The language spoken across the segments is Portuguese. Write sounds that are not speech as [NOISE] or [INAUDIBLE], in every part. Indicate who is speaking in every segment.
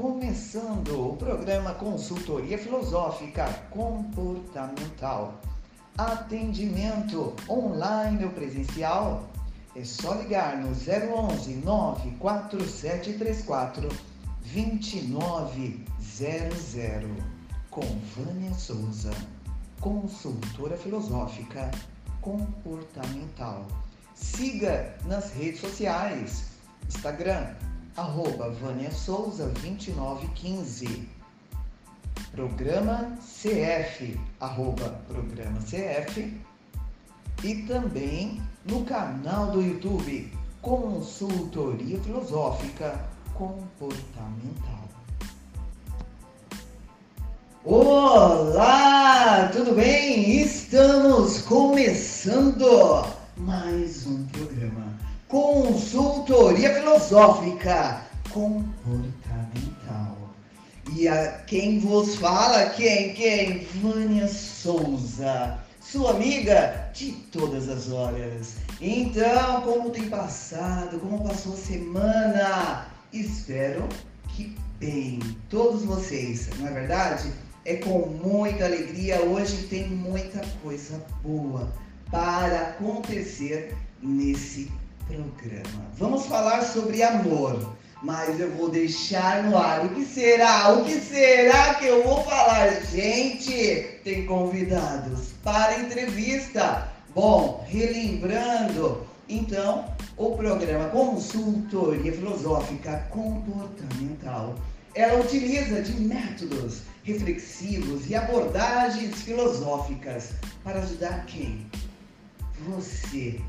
Speaker 1: começando o programa Consultoria Filosófica Comportamental. Atendimento online ou presencial? É só ligar no 011 94734 2900 com Vânia Souza, consultora filosófica comportamental. Siga nas redes sociais, Instagram, arroba Vânia Souza 2915. Programa CF, arroba Programa CF. E também no canal do YouTube, Consultoria Filosófica Comportamental. Olá, tudo bem? Estamos começando mais um programa Consultoria Filosófica Comportamental. E a quem vos fala, quem? Quem? Vânia Souza, sua amiga de todas as horas. Então, como tem passado? Como passou a semana? Espero que bem, todos vocês, não é verdade? É com muita alegria, hoje tem muita coisa boa para acontecer nesse programa. Vamos falar sobre amor, mas eu vou deixar no ar. O que será? O que será que eu vou falar? Gente, tem convidados para entrevista. Bom, relembrando, então, o programa Consultoria Filosófica Comportamental. Ela utiliza de métodos reflexivos e abordagens filosóficas para ajudar quem? Você,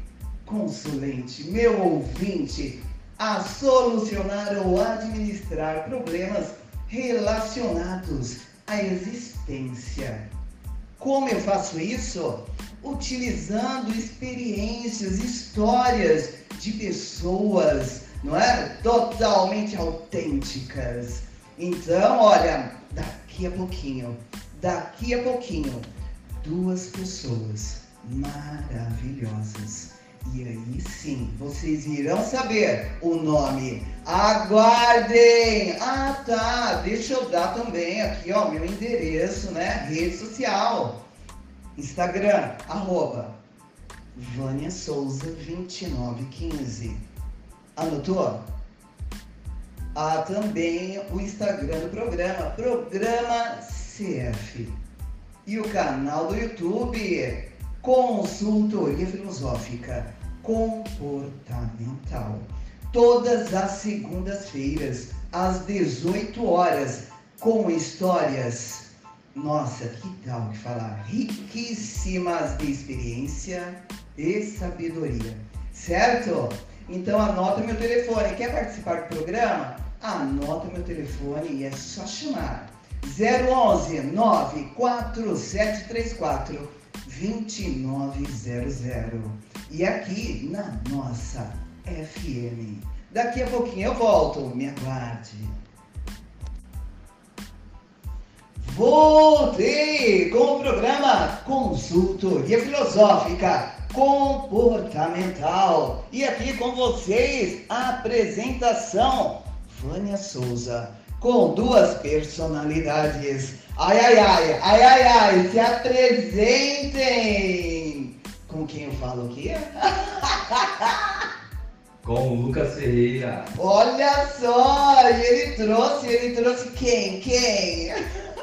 Speaker 1: consulente, meu ouvinte, a solucionar ou administrar problemas relacionados à existência. Como eu faço isso? Utilizando experiências, histórias de pessoas, não é? Totalmente autênticas. Então, olha, daqui a pouquinho, daqui a pouquinho, duas pessoas maravilhosas. E aí sim, vocês irão saber o nome. Aguardem! Ah tá, deixa eu dar também aqui, ó, meu endereço, né? Rede social. Instagram, arroba Vânia Souza 2915. Anotou? Há também o Instagram do programa, Programa CF. E o canal do YouTube, Consultoria Filosófica Comportamental. Todas as segundas-feiras, às 18 horas, com histórias nossa, que tal que falar? Riquíssimas de experiência e sabedoria, certo? Então anota meu telefone. Quer participar do programa? Anota meu telefone e é só chamar. 011 94734 2900. E aqui na nossa FM. Daqui a pouquinho eu volto, me aguarde. Voltei com o programa Consultoria Filosófica Comportamental. E aqui com vocês a apresentação Vânia Souza, com duas personalidades. Ai, ai, ai, ai, ai, ai, se apresentem! Com quem eu falo aqui?
Speaker 2: com o Lucas Ferreira.
Speaker 1: Olha só, ele trouxe, ele trouxe quem? Quem?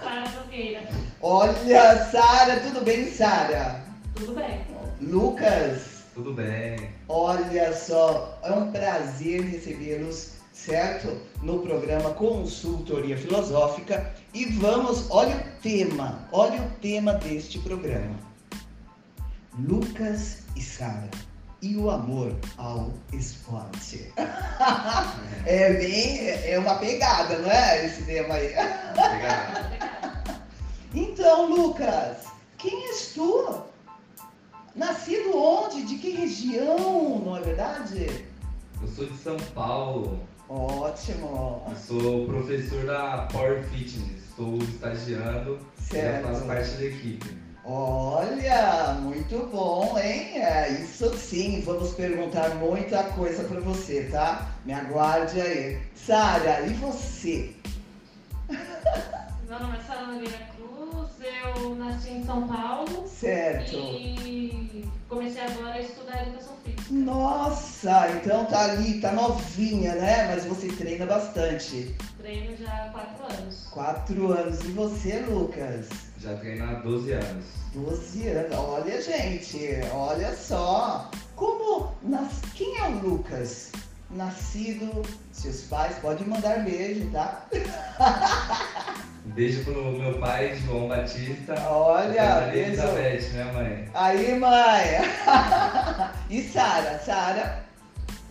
Speaker 3: Sara Nogueira.
Speaker 1: Olha, Sara, tudo bem, Sara?
Speaker 3: Tudo bem.
Speaker 1: Lucas,
Speaker 2: Tudo bem.
Speaker 1: olha só, é um prazer recebê-los, certo? No programa Consultoria Filosófica e vamos, olha o tema, olha o tema deste programa. Lucas e Sara e o amor ao esporte. [LAUGHS] É bem, é uma pegada, não é? Esse tema aí.
Speaker 2: Obrigado.
Speaker 1: Então, Lucas, quem és tu? Nascido onde? De que região? Não é verdade?
Speaker 2: Eu sou de São Paulo.
Speaker 1: Ótimo.
Speaker 2: Eu sou professor da Power Fitness. Estou estagiando e já
Speaker 1: Certo.
Speaker 2: faço parte da equipe.
Speaker 1: Olha, muito bom, hein? É, isso sim, vamos perguntar muita coisa pra você, tá? Me aguarde aí. Sara, e você?
Speaker 3: é São Paulo
Speaker 1: Certo.
Speaker 3: e comecei agora a estudar educação física.
Speaker 1: Nossa, então tá ali, tá novinha, né? Mas você treina bastante.
Speaker 3: Treino já há quatro anos.
Speaker 1: Quatro anos. E você, Lucas?
Speaker 2: Já treino há 12 anos.
Speaker 1: 12 anos. Olha, gente, olha só. Como. Nas... Quem é o Lucas? Nascido. Seus pais podem mandar beijo, tá?
Speaker 2: Um Beijo pro meu pai, João Batista.
Speaker 1: Olha,
Speaker 2: Maria
Speaker 1: beijo.
Speaker 2: Elizabeth, minha né, mãe.
Speaker 1: Aí, mãe. [LAUGHS] e Sara? Sara?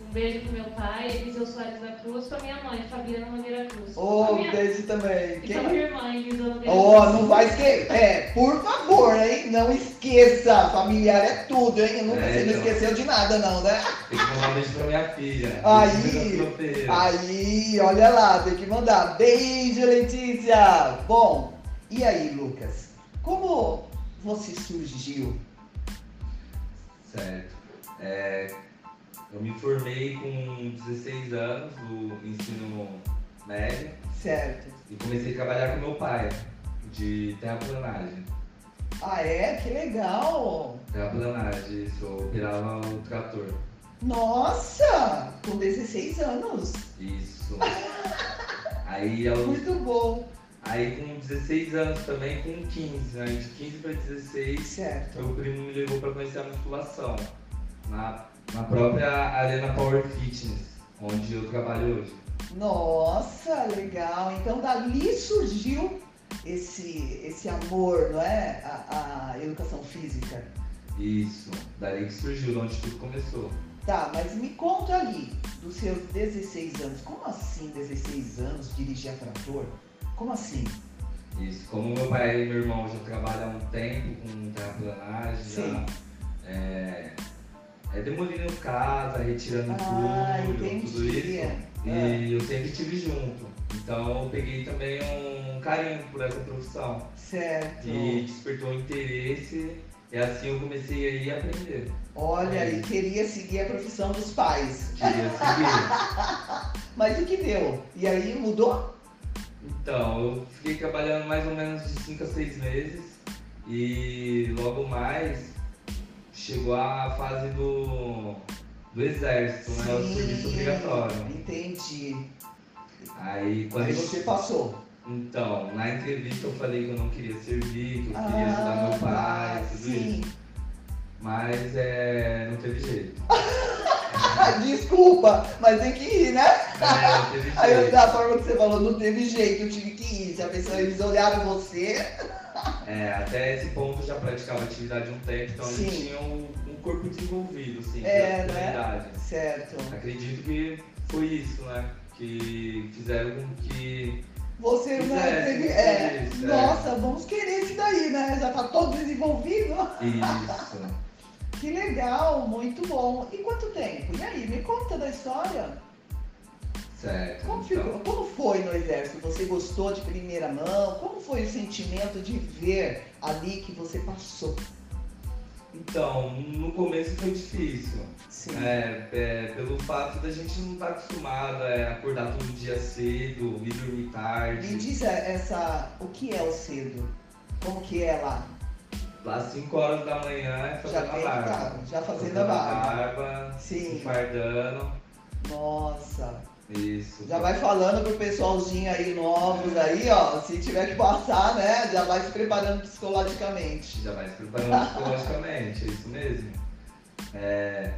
Speaker 3: Um beijo pro meu pai, Eliseu Soares da Cruz, pra minha mãe, Fabiana Nogueira Cruz.
Speaker 1: Ô,
Speaker 3: Pra
Speaker 1: oh,
Speaker 3: minha...
Speaker 1: beijo também.
Speaker 3: E pra
Speaker 1: Quem-
Speaker 3: minha irmã, Eliseu Nogueira
Speaker 1: Ó,
Speaker 3: Cruz.
Speaker 1: não vai esquecer. É, por favor, hein? Não esqueça. Familiar é tudo, hein? Nunca
Speaker 2: É,
Speaker 1: você não
Speaker 2: então.
Speaker 1: esqueceu de nada, não, né?
Speaker 2: Tem que mandar um beijo pra minha filha.
Speaker 1: Aí.
Speaker 2: Priscila Froteira.
Speaker 1: Aí, olha lá, tem que mandar. Beijo, Letícia! Bom, e aí, Lucas? Como você surgiu?
Speaker 2: Certo. É, eu me formei com 16 anos do ensino médio
Speaker 1: Certo.
Speaker 2: e comecei a trabalhar com meu pai de terraplanagem.
Speaker 1: Ah, é? Que legal!
Speaker 2: Terraplanagem, isso, eu operava o trator.
Speaker 1: Nossa! Com 16 anos.
Speaker 2: Isso. Aí aos
Speaker 1: Muito bom.
Speaker 2: Aí com 16 anos também, com 15, né? De 15 para 16,
Speaker 1: Certo.
Speaker 2: meu primo me levou para conhecer a musculação. Na, na própria Arena Power Fitness, onde eu trabalho hoje.
Speaker 1: Nossa, legal. Então dali surgiu esse, esse amor, não é? A, a educação física.
Speaker 2: Isso, daí que surgiu, de onde tudo começou.
Speaker 1: Tá, mas me conta ali, dos seus 16 anos, como assim 16 anos dirigir a trator? Como assim?
Speaker 2: Isso, como meu pai e meu irmão já trabalham há um tempo com terraplanagem,
Speaker 1: Sim.
Speaker 2: já é, é demolindo casa, retirando
Speaker 1: Ah,
Speaker 2: tudo, tudo
Speaker 1: entendi.
Speaker 2: isso. né?
Speaker 1: É,
Speaker 2: E eu sempre estive junto. Então eu peguei também um carinho por essa profissão.
Speaker 1: certo.
Speaker 2: e despertou um interesse e assim eu comecei a ir aprender. é
Speaker 1: Olha, e queria seguir a profissão dos pais.
Speaker 2: Queria seguir.
Speaker 1: Mas o que deu? E aí mudou?
Speaker 2: Então, eu fiquei trabalhando mais ou menos de 5 a 6 meses e logo mais chegou a fase do, do exército, né? O serviço obrigatório.
Speaker 1: Entendi.
Speaker 2: Aí quando
Speaker 1: Aí
Speaker 2: eu-
Speaker 1: você passou.
Speaker 2: Então, na entrevista eu falei que eu não queria servir, que eu queria ajudar meu pai,
Speaker 1: Ah,
Speaker 2: tudo
Speaker 1: sim.
Speaker 2: isso.
Speaker 1: [LAUGHS]
Speaker 2: Mas é, não teve jeito.
Speaker 1: Ah, Desculpa, mas tem que ir, né?
Speaker 2: É, não teve
Speaker 1: Aí eu-
Speaker 2: jeito.
Speaker 1: da forma que você falou, não teve jeito, eu tive que ir. Se a pessoa, eles olharam você.
Speaker 2: É, até esse ponto eu já praticava atividade há um tempo, então a
Speaker 1: Sim.
Speaker 2: gente tinha um, um corpo desenvolvido, assim,
Speaker 1: É,
Speaker 2: pela
Speaker 1: né?
Speaker 2: atividade.
Speaker 1: Certo.
Speaker 2: Acredito que foi isso, né? Que fizeram com que.
Speaker 1: Você não
Speaker 2: Fizesse,
Speaker 1: teve. É.
Speaker 2: fizesse, é.
Speaker 1: Nossa, vamos querer esse daí, né? Já tá todo desenvolvido.
Speaker 2: Isso.
Speaker 1: Que legal, muito bom. E quanto tempo? E aí, me conta da história.
Speaker 2: certo.
Speaker 1: Como,
Speaker 2: então.
Speaker 1: ficou- como foi no exército? Você gostou de primeira mão? Como foi o sentimento de ver ali que você passou?
Speaker 2: Então, no começo foi difícil.
Speaker 1: Sim.
Speaker 2: É, é, pelo fato da gente não estar acostumado a acordar todo dia cedo, ir dormir tarde.
Speaker 1: Me diz a- essa. O que é o cedo? Como que é lá?
Speaker 2: Às 5 horas da manhã é
Speaker 1: Já
Speaker 2: fazendo
Speaker 1: tem
Speaker 2: a barba.
Speaker 1: tá, já fazendo a barba.
Speaker 2: barba, se
Speaker 1: Sim.
Speaker 2: fardando.
Speaker 1: Nossa.
Speaker 2: Isso.
Speaker 1: Já vai falando pro pessoalzinho aí novos aí, ó. Se tiver que passar, né? Já vai se preparando psicologicamente.
Speaker 2: Já vai se preparando psicologicamente, é isso mesmo. É,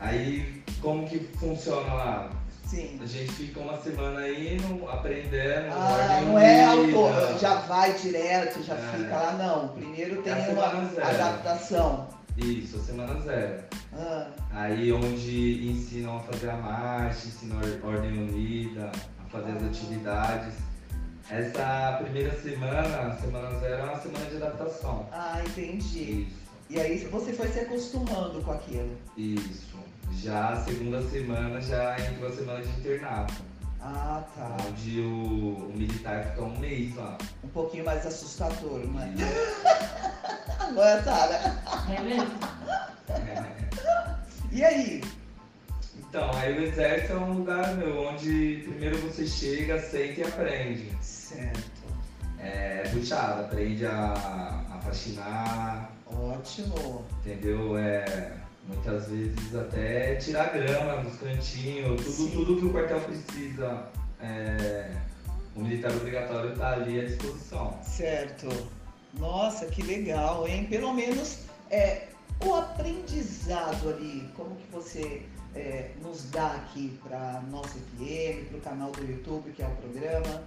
Speaker 2: Aí, como que funciona lá?
Speaker 1: Sim.
Speaker 2: A gente fica uma semana indo, aprendendo, um
Speaker 1: Ah,
Speaker 2: ordem
Speaker 1: não é
Speaker 2: unida.
Speaker 1: autor, já vai direto, já
Speaker 2: É.
Speaker 1: fica lá, não. Primeiro tem
Speaker 2: É a
Speaker 1: uma
Speaker 2: semana zero.
Speaker 1: adaptação.
Speaker 2: Isso, semana zero.
Speaker 1: Ah,
Speaker 2: Aí, onde ensinam a fazer a marcha, ensinam a ordem unida, a fazer
Speaker 1: Ah.
Speaker 2: as atividades. Essa primeira semana, semana zero, é uma semana de adaptação.
Speaker 1: ah, entendi.
Speaker 2: Isso.
Speaker 1: E aí você foi se acostumando com aquilo.
Speaker 2: Isso. Já a segunda semana já entrou a semana de internato,
Speaker 1: Ah, tá.
Speaker 2: onde o, o militar fica um mês lá.
Speaker 1: Um pouquinho mais assustador, não é?
Speaker 2: E-
Speaker 1: Não é, Sara?
Speaker 3: É mesmo?
Speaker 1: E aí?
Speaker 2: Então, aí o exército é um lugar meu, onde primeiro você chega, aceita e aprende.
Speaker 1: Certo.
Speaker 2: É puxado, aprende a, a faxinar,
Speaker 1: Ótimo.
Speaker 2: entendeu? É, muitas vezes até tirar grama dos cantinhos, tudo,
Speaker 1: Sim.
Speaker 2: tudo que o quartel precisa. é, o militar obrigatório está ali à disposição.
Speaker 1: Certo. Nossa, que legal, hein? Pelo menos é, o aprendizado ali, como que você é, nos dá aqui para nossa FM, para o canal do YouTube, que é o programa.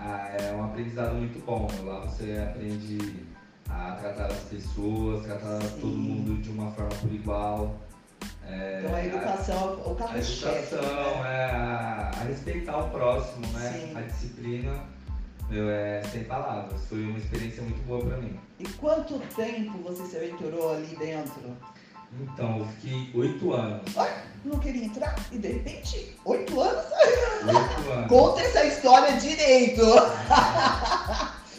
Speaker 2: Ah, é um aprendizado muito bom. Lá você aprende a tratar as pessoas, tratar
Speaker 1: Sim.
Speaker 2: todo mundo de uma forma por igual. É,
Speaker 1: então a educação é o
Speaker 2: a
Speaker 1: carro-chefe.
Speaker 2: educação,
Speaker 1: né?
Speaker 2: é a, a respeitar o próximo, né?
Speaker 1: Sim.
Speaker 2: A disciplina, meu, é sem palavras. Foi uma experiência muito boa pra mim.
Speaker 1: E quanto tempo você se aventurou ali dentro?
Speaker 2: Então, eu fiquei oito anos.
Speaker 1: Não queria entrar e de repente, oito anos? [LAUGHS]
Speaker 2: Oito anos.
Speaker 1: Conta essa história
Speaker 2: [LAUGHS]
Speaker 1: direito!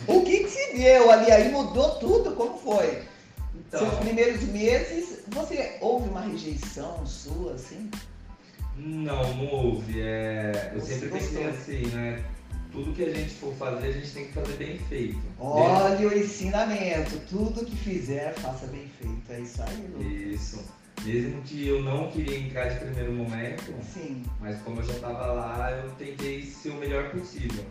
Speaker 1: o que, que se deu ali? Aí mudou tudo? Como foi? Seus
Speaker 2: Então,
Speaker 1: primeiros meses, você houve uma rejeição sua, assim?
Speaker 2: não, não houve. É, eu
Speaker 1: Você
Speaker 2: sempre
Speaker 1: gostou.
Speaker 2: pensei assim, né? Tudo que a gente for fazer, a gente tem que fazer bem feito.
Speaker 1: Olha o ensinamento, tudo que fizer, faça bem feito. É isso aí, Lu.
Speaker 2: Isso. Mesmo que eu não queria entrar de primeiro momento,
Speaker 1: Sim,
Speaker 2: mas como eu já tava lá, eu tentei ser o melhor possível.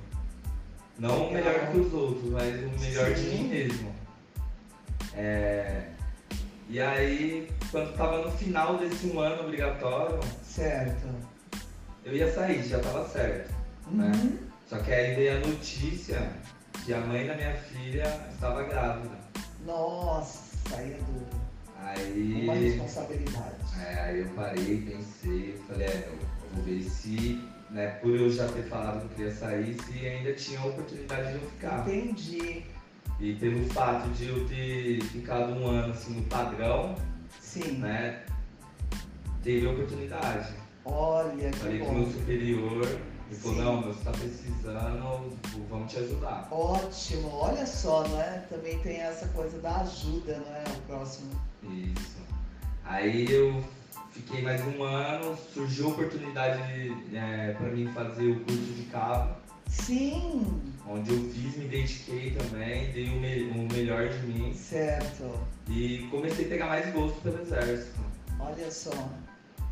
Speaker 2: Não o
Speaker 1: Legal.
Speaker 2: melhor que os outros, mas o melhor de
Speaker 1: Sim.
Speaker 2: mim mesmo. É, E aí, quando tava no final desse um ano obrigatório,
Speaker 1: tá certo.
Speaker 2: eu ia sair, já tava certo. Né?
Speaker 1: Uhum.
Speaker 2: Só que aí veio a notícia que a mãe da minha filha estava grávida.
Speaker 1: Nossa, aí é duro.
Speaker 2: Aí.
Speaker 1: Uma responsabilidade.
Speaker 2: É, aí eu parei, pensei, falei, é, eu eu vou ver se, né, por eu já ter falado que eu queria sair, se ainda tinha a oportunidade de eu ficar.
Speaker 1: Entendi.
Speaker 2: E pelo fato de eu ter ficado um ano assim no padrão,
Speaker 1: Sim.
Speaker 2: né, teve a oportunidade.
Speaker 1: Olha que
Speaker 2: Falei com o meu
Speaker 1: bom.
Speaker 2: superior, ele falou,
Speaker 1: Sim.
Speaker 2: não, meu, você tá precisando, tipo, vamos te ajudar.
Speaker 1: Ótimo, olha só, não é? Também tem essa coisa da ajuda, não é? O próximo.
Speaker 2: Isso. Aí eu fiquei mais um ano, surgiu a oportunidade é, para mim fazer o curso de cabo.
Speaker 1: Sim,
Speaker 2: onde eu fiz, me dediquei também, dei o, me- o melhor de mim
Speaker 1: certo.
Speaker 2: e comecei a pegar mais gosto pelo exército.
Speaker 1: Olha só.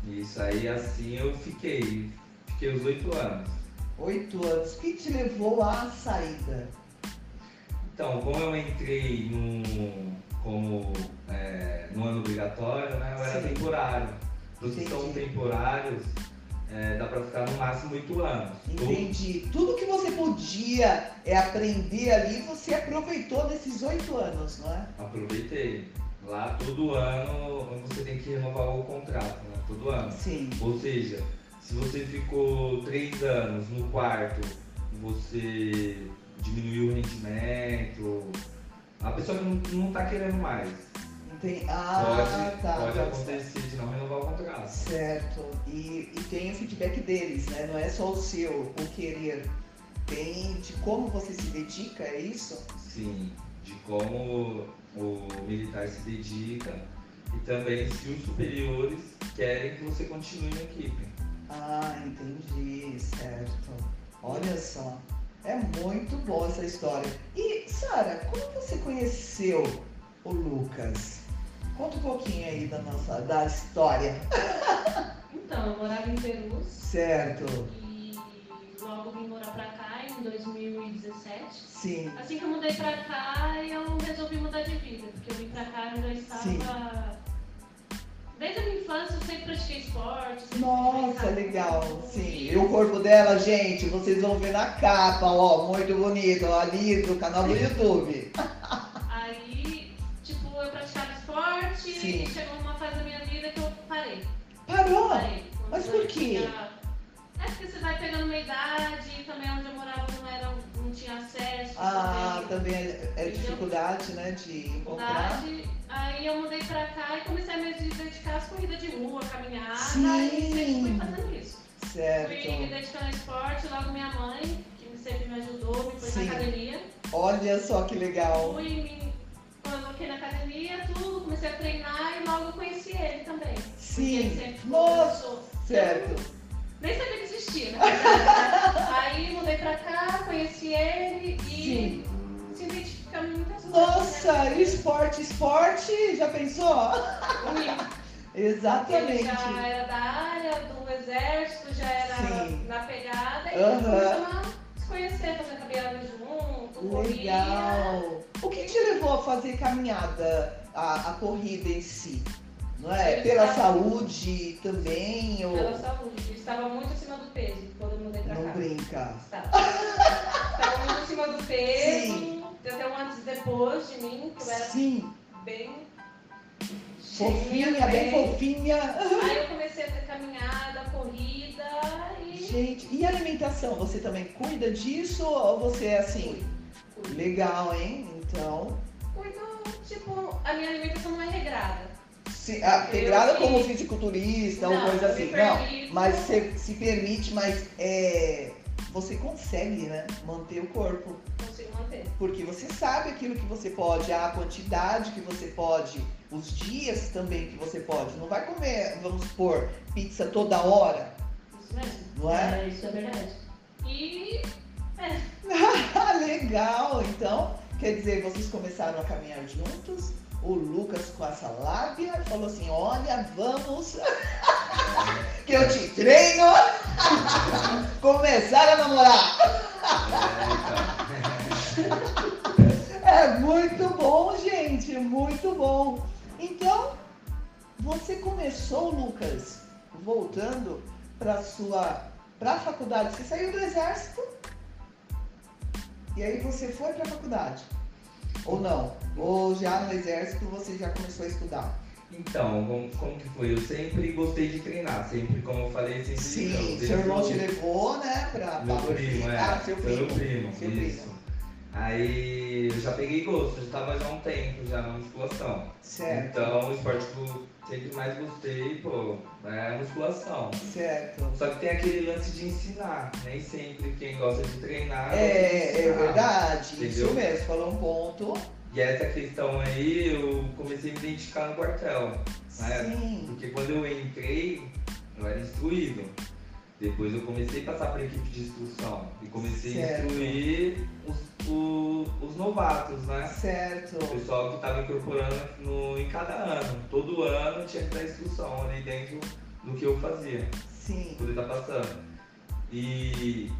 Speaker 2: E isso aí, assim eu fiquei, fiquei os oito anos.
Speaker 1: Oito anos. O que te levou à saída?
Speaker 2: Então, como eu entrei no, como, é, no ano obrigatório, né, eu era
Speaker 1: Sim.
Speaker 2: temporário. Para os que são
Speaker 1: Entendi.
Speaker 2: temporários, é, dá para ficar no máximo oito anos. Ou-
Speaker 1: Entendi. Tudo que você podia é aprender ali, você aproveitou nesses oito anos, não é?
Speaker 2: Aproveitei. Lá todo ano você tem que renovar o contrato, né? Todo ano.
Speaker 1: Sim.
Speaker 2: Ou seja, se você ficou três anos no quarto, você diminuiu o rendimento, a pessoa não, não tá querendo mais.
Speaker 1: Entendi. Ah,
Speaker 2: pode
Speaker 1: tá.
Speaker 2: pode
Speaker 1: tá,
Speaker 2: acontecer de não renovar o
Speaker 1: tá.
Speaker 2: contrato.
Speaker 1: Certo. E, e tem o feedback deles, né? Não é só o seu, o querer. Tem de como você se dedica, é isso?
Speaker 2: Sim, de como o militar se dedica e também se os superiores querem que você continue na equipe.
Speaker 1: Ah, entendi, certo. Olha só, é muito boa essa história. E, Sara, como você conheceu o Lucas? Conta um pouquinho aí da nossa da história.
Speaker 3: Então, eu morava em Perus
Speaker 1: Certo,
Speaker 3: e logo vim morar pra cá em 2017.
Speaker 1: sim,
Speaker 3: Assim que eu mudei pra cá, eu resolvi mudar de vida, porque eu vim pra cá e já estava.
Speaker 1: Sim.
Speaker 3: Desde a minha infância eu sempre pratiquei esporte. sempre
Speaker 1: Nossa,
Speaker 3: praticava
Speaker 1: legal.
Speaker 3: tudo.
Speaker 1: Sim. E o corpo dela, gente, vocês vão ver na capa, ó, muito bonito, ó, ali do canal do YouTube.
Speaker 3: Aí, tipo, eu praticava esporte
Speaker 1: Sim.
Speaker 3: e chegou uma fase da minha vida que eu parei.
Speaker 1: Parou?
Speaker 3: parei. Quando
Speaker 1: mas
Speaker 3: eu
Speaker 1: por quê?
Speaker 3: tinha- É porque você vai pegando uma idade e também onde eu morava não, era, um, não tinha acesso. só
Speaker 1: Ah,
Speaker 3: tinha
Speaker 1: também é- é dificuldade, né, de encontrar.
Speaker 3: faculdade. Aí eu mudei pra cá e comecei a me dedicar às corridas de rua, caminhada.
Speaker 1: Sim.
Speaker 3: E sempre fui fazendo isso. Fui me
Speaker 1: Certo.
Speaker 3: dedicando ao esporte, logo minha mãe, que sempre me ajudou, me pôs
Speaker 1: Sim.
Speaker 3: na academia.
Speaker 1: Olha só que legal.
Speaker 3: Fui, me coloquei na academia, tudo, comecei a treinar e logo eu conheci ele também. Porque ele
Speaker 1: Sim,
Speaker 3: sempre foi
Speaker 1: nossa,
Speaker 3: professor.
Speaker 1: certo.
Speaker 3: Nem sabia que existia, né?
Speaker 1: [LAUGHS]
Speaker 3: na verdade. Aí mudei pra cá, conheci ele e
Speaker 1: Sim.
Speaker 3: assim, né? se identificamos em muitas coisas.
Speaker 1: pensa, esporte, esporte, já pensou?
Speaker 3: Comigo. Ele
Speaker 1: Exatamente.
Speaker 3: já era da área, do exército, já era
Speaker 1: Sim.
Speaker 3: na
Speaker 1: Aham.
Speaker 3: pegada. E começamos a se conhecer, fazer caminhada junto, corria.
Speaker 1: Legal. O que te levou a fazer caminhada, a, a corrida em si? Não é?
Speaker 3: Eu
Speaker 1: Pela
Speaker 3: estava-
Speaker 1: saúde também? Ou...
Speaker 3: Pela saúde. Eu Estava muito acima do peso quando eu mudei pra
Speaker 1: Não
Speaker 3: cá.
Speaker 1: brinca.
Speaker 3: Estava. Estava muito acima do peso.
Speaker 1: Sim.
Speaker 3: Até um antes e depois de mim, que eu era
Speaker 1: Sim,
Speaker 3: bem.
Speaker 1: fofinha, bem fofinha.
Speaker 3: Aí eu comecei a ter caminhada, corrida e.
Speaker 1: Gente, e alimentação? Você também cuida disso ou você é assim?
Speaker 3: Cuido.
Speaker 1: Legal, hein? Então,
Speaker 3: Cuido, tipo, a minha alimentação não é regrada.
Speaker 1: se, ah, integrada
Speaker 3: Eu
Speaker 1: como
Speaker 3: me-
Speaker 1: fisiculturista ou
Speaker 3: Não,
Speaker 1: coisa
Speaker 3: eu me
Speaker 1: assim. Não,
Speaker 3: permito.
Speaker 1: mas você se permite, mas é, você consegue, né? Manter o corpo.
Speaker 3: Consigo manter.
Speaker 1: Porque você sabe aquilo que você pode, a quantidade que você pode, os dias também que você pode. Não vai comer, vamos supor, pizza toda hora,
Speaker 3: Isso mesmo.
Speaker 1: não é?
Speaker 4: É, isso é verdade.
Speaker 3: E
Speaker 1: Ah, legal! Então, quer dizer, vocês começaram a caminhar juntos, o Lucas com essa lábia falou assim, olha, vamos, [LAUGHS] que eu te treino! [LAUGHS] Começaram a namorar!
Speaker 2: então.
Speaker 1: É muito bom, gente, muito bom. Então, você começou, Lucas, voltando para sua para faculdade. Você saiu do exército e aí você foi para a faculdade. Ou não? Ou já no exército você já começou a estudar?
Speaker 2: Então, como, como que foi? Eu sempre gostei de treinar, sempre, como eu falei, sempre
Speaker 1: Sim,
Speaker 2: brincando,
Speaker 1: seu
Speaker 2: desde
Speaker 1: irmão te
Speaker 2: novo.
Speaker 1: levou, né, para
Speaker 2: Meu primo, é.
Speaker 1: Ah, seu
Speaker 2: Foi
Speaker 1: primo.
Speaker 2: Meu primo,
Speaker 1: Seu
Speaker 2: isso.
Speaker 1: primo.
Speaker 2: Aí eu já peguei gosto, eu tava já há um tempo já na musculação.
Speaker 1: Certo,
Speaker 2: Então o esporte que eu sempre mais gostei, pô, é a musculação.
Speaker 1: certo.
Speaker 2: Só que tem aquele lance de ensinar. Nem sempre quem gosta de treinar. gosta de
Speaker 1: É, é
Speaker 2: ensinar.
Speaker 1: verdade, isso
Speaker 2: Entendeu?
Speaker 1: mesmo, falou um ponto.
Speaker 2: E essa questão aí eu comecei a me identificar no quartel. Ah, é?
Speaker 1: Sim.
Speaker 2: Porque quando eu entrei, eu era instruído. Depois eu comecei a passar para a equipe de instrução. E comecei
Speaker 1: Certo.
Speaker 2: a instruir os, o- os novatos, né?
Speaker 1: Tá Certo.
Speaker 2: O pessoal que estava incorporando no, em cada ano. Todo ano tinha que dar instrução ali dentro do que eu fazia,
Speaker 1: Sim.
Speaker 2: poder estar passando. E,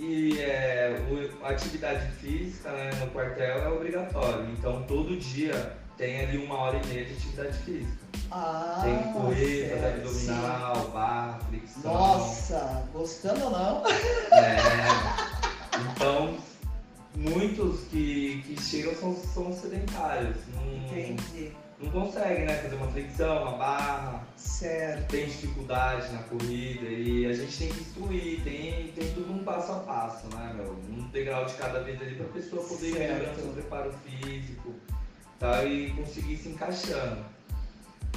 Speaker 2: e é, o- a atividade física né, no quartel é obrigatório. Então todo dia tem ali uma hora e meia de atividade física.
Speaker 1: Ah,
Speaker 2: Tem que correr, fazer
Speaker 1: certo, sim.
Speaker 2: abdominal, barra, flexão.
Speaker 1: Nossa, gostando ou não?
Speaker 2: É. Então, muitos que, que chegam são, são sedentários. Não,
Speaker 1: Entendi.
Speaker 2: não conseguem, né? Fazer uma flexão, uma barra,
Speaker 1: Certo.
Speaker 2: tem dificuldade na corrida e a gente tem que instruir, tem, tem tudo um passo a passo, né, meu? Um degrau de cada vez ali pra pessoa poder ir
Speaker 1: Certo.
Speaker 2: melhorando seu preparo físico tal, e conseguir se encaixando.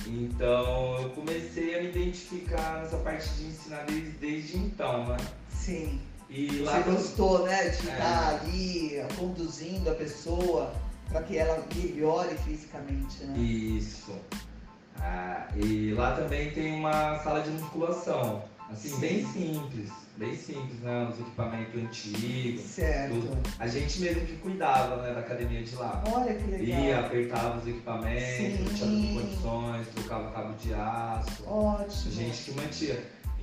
Speaker 2: Então eu comecei a me identificar nessa parte de ensinar desde, desde então, né?
Speaker 1: Sim.
Speaker 2: E lá
Speaker 1: Você gostou, né? De
Speaker 2: É.
Speaker 1: estar ali ó, conduzindo a pessoa para que ela melhore fisicamente, né?
Speaker 2: Isso. Ah, e lá também tem uma sala de musculação. Assim, bem simples, bem simples, né? Os equipamentos antigos.
Speaker 1: Certo.
Speaker 2: A gente mesmo que cuidava né, da academia de lá.
Speaker 1: Olha que
Speaker 2: Ia,
Speaker 1: legal.
Speaker 2: apertava os equipamentos,
Speaker 1: Sim.
Speaker 2: tinha condições, trocava cabo de aço. A
Speaker 1: Ótimo.
Speaker 2: gente que mantia.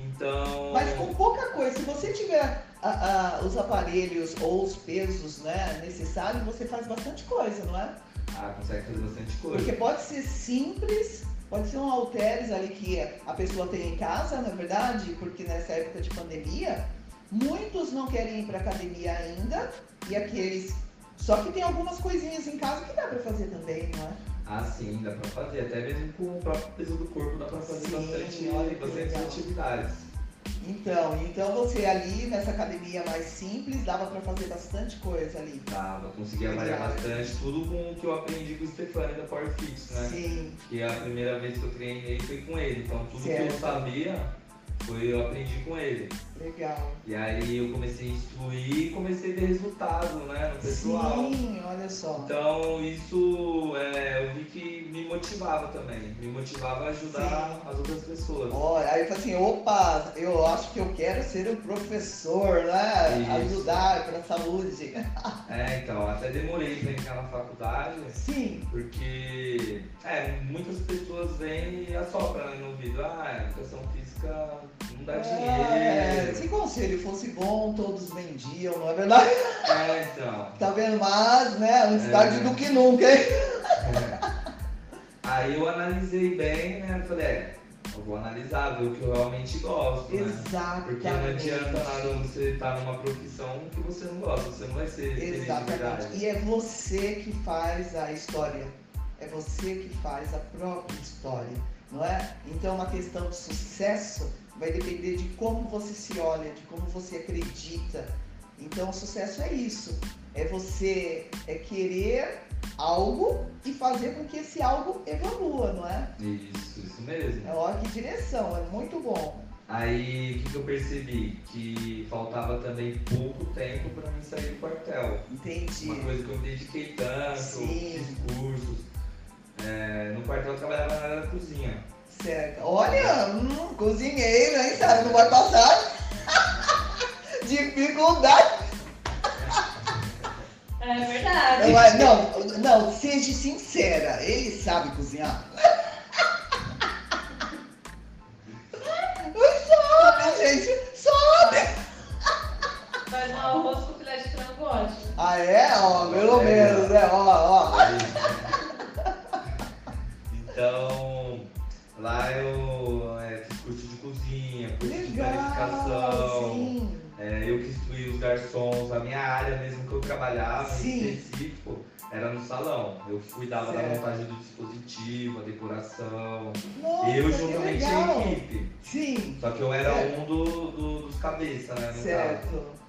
Speaker 2: Então.
Speaker 1: Mas com pouca coisa, se você tiver ah, ah, os aparelhos ou os pesos né, necessários, você faz bastante coisa, não é?
Speaker 2: Ah, consegue fazer bastante coisa.
Speaker 1: Porque pode ser simples, pode ser um halteres ali que a pessoa tem em casa, na verdade, porque nessa época de pandemia, muitos não querem ir para academia ainda, e aqueles. Só que tem algumas coisinhas em casa que dá para fazer também, não é?
Speaker 2: Ah, sim, dá pra fazer. Até mesmo com o próprio peso do corpo dá pra fazer
Speaker 1: Sim,
Speaker 2: bastante,
Speaker 1: olha que
Speaker 2: bastante
Speaker 1: legal.
Speaker 2: atividades.
Speaker 1: Então, então você ali nessa academia mais simples dava para fazer bastante coisa ali.
Speaker 2: Dava, conseguia variar
Speaker 1: Legal.
Speaker 2: bastante. Tudo com o que eu aprendi com o Stefani da Power Fits, né?
Speaker 1: Sim,
Speaker 2: Que a primeira vez que eu treinei foi com ele. Então tudo que eu
Speaker 1: Certo.
Speaker 2: sabia Foi, eu aprendi com ele.
Speaker 1: Legal.
Speaker 2: E aí eu comecei a instruir e comecei a ter resultado, né, no pessoal.
Speaker 1: Sim, olha só.
Speaker 2: Então isso é, eu vi que me motivava também, me motivava a ajudar
Speaker 1: Sim.
Speaker 2: as outras pessoas.
Speaker 1: Olha, aí fala assim, opa, eu acho que eu quero ser um professor, né?
Speaker 2: Isso.
Speaker 1: Ajudar para a saúde.
Speaker 2: É, então, até demorei pra entrar na faculdade,
Speaker 1: Sim,
Speaker 2: porque é, muitas pessoas vêm e assopram né, no ouvido, ah, educação física não dá
Speaker 1: é,
Speaker 2: dinheiro.
Speaker 1: se conselho fosse bom, todos vendiam, não é verdade?
Speaker 2: É, então.
Speaker 1: Tá vendo? Mas, né, antes
Speaker 2: É.
Speaker 1: tarde do que nunca, hein?
Speaker 2: Aí eu analisei bem, né? eu Falei, é, eu vou analisar, ver o que eu realmente gosto, né?
Speaker 1: Exatamente.
Speaker 2: Porque não adianta nada você estar numa profissão que você não gosta, você não vai ser feliz de
Speaker 1: Exatamente.
Speaker 2: verdade.
Speaker 1: E é você que faz a história. É você que faz a própria história, não é? Então, uma questão de sucesso vai depender de como você se olha, de como você acredita. Então, o sucesso é isso. É você é querer algo e fazer com que esse algo evolua, não é?
Speaker 2: Isso, isso mesmo.
Speaker 1: É ó, que direção, é muito bom.
Speaker 2: Aí o que, que eu percebi? Que faltava também pouco tempo pra mim sair do quartel.
Speaker 1: Entendi.
Speaker 2: Uma coisa que eu me dediquei tanto,
Speaker 1: Sim.
Speaker 2: fiz cursos. É, no quartel eu trabalhava na cozinha.
Speaker 1: [LAUGHS] Certo. Olha, hum, cozinheiro, hein, sabe? Não vai passar. [LAUGHS] Dificuldade.
Speaker 3: É verdade.
Speaker 1: Eu acho- Não, não, seja sincera. Ele sabe cozinhar. Sobe, gente. Sobe.
Speaker 3: Faz um arroz com filé de frango ótimo.
Speaker 1: Ah, é? Ó, pelo menos, né? Ó, ó.
Speaker 2: Então, lá eu é, fiz curso de cozinha, curso de
Speaker 1: Legal.
Speaker 2: planificação.
Speaker 1: Sim.
Speaker 2: É, eu que instruí os garçons, a minha área mesmo que eu trabalhava
Speaker 1: Sim.
Speaker 2: em específico era no salão. Eu cuidava
Speaker 1: Certo.
Speaker 2: da montagem do dispositivo, a decoração.
Speaker 1: Nossa,
Speaker 2: eu
Speaker 1: que
Speaker 2: juntamente
Speaker 1: legal.
Speaker 2: a equipe.
Speaker 1: Sim,
Speaker 2: Só que eu era
Speaker 1: Certo.
Speaker 2: um do, do- dos cabeças, né? No caso.
Speaker 1: certo.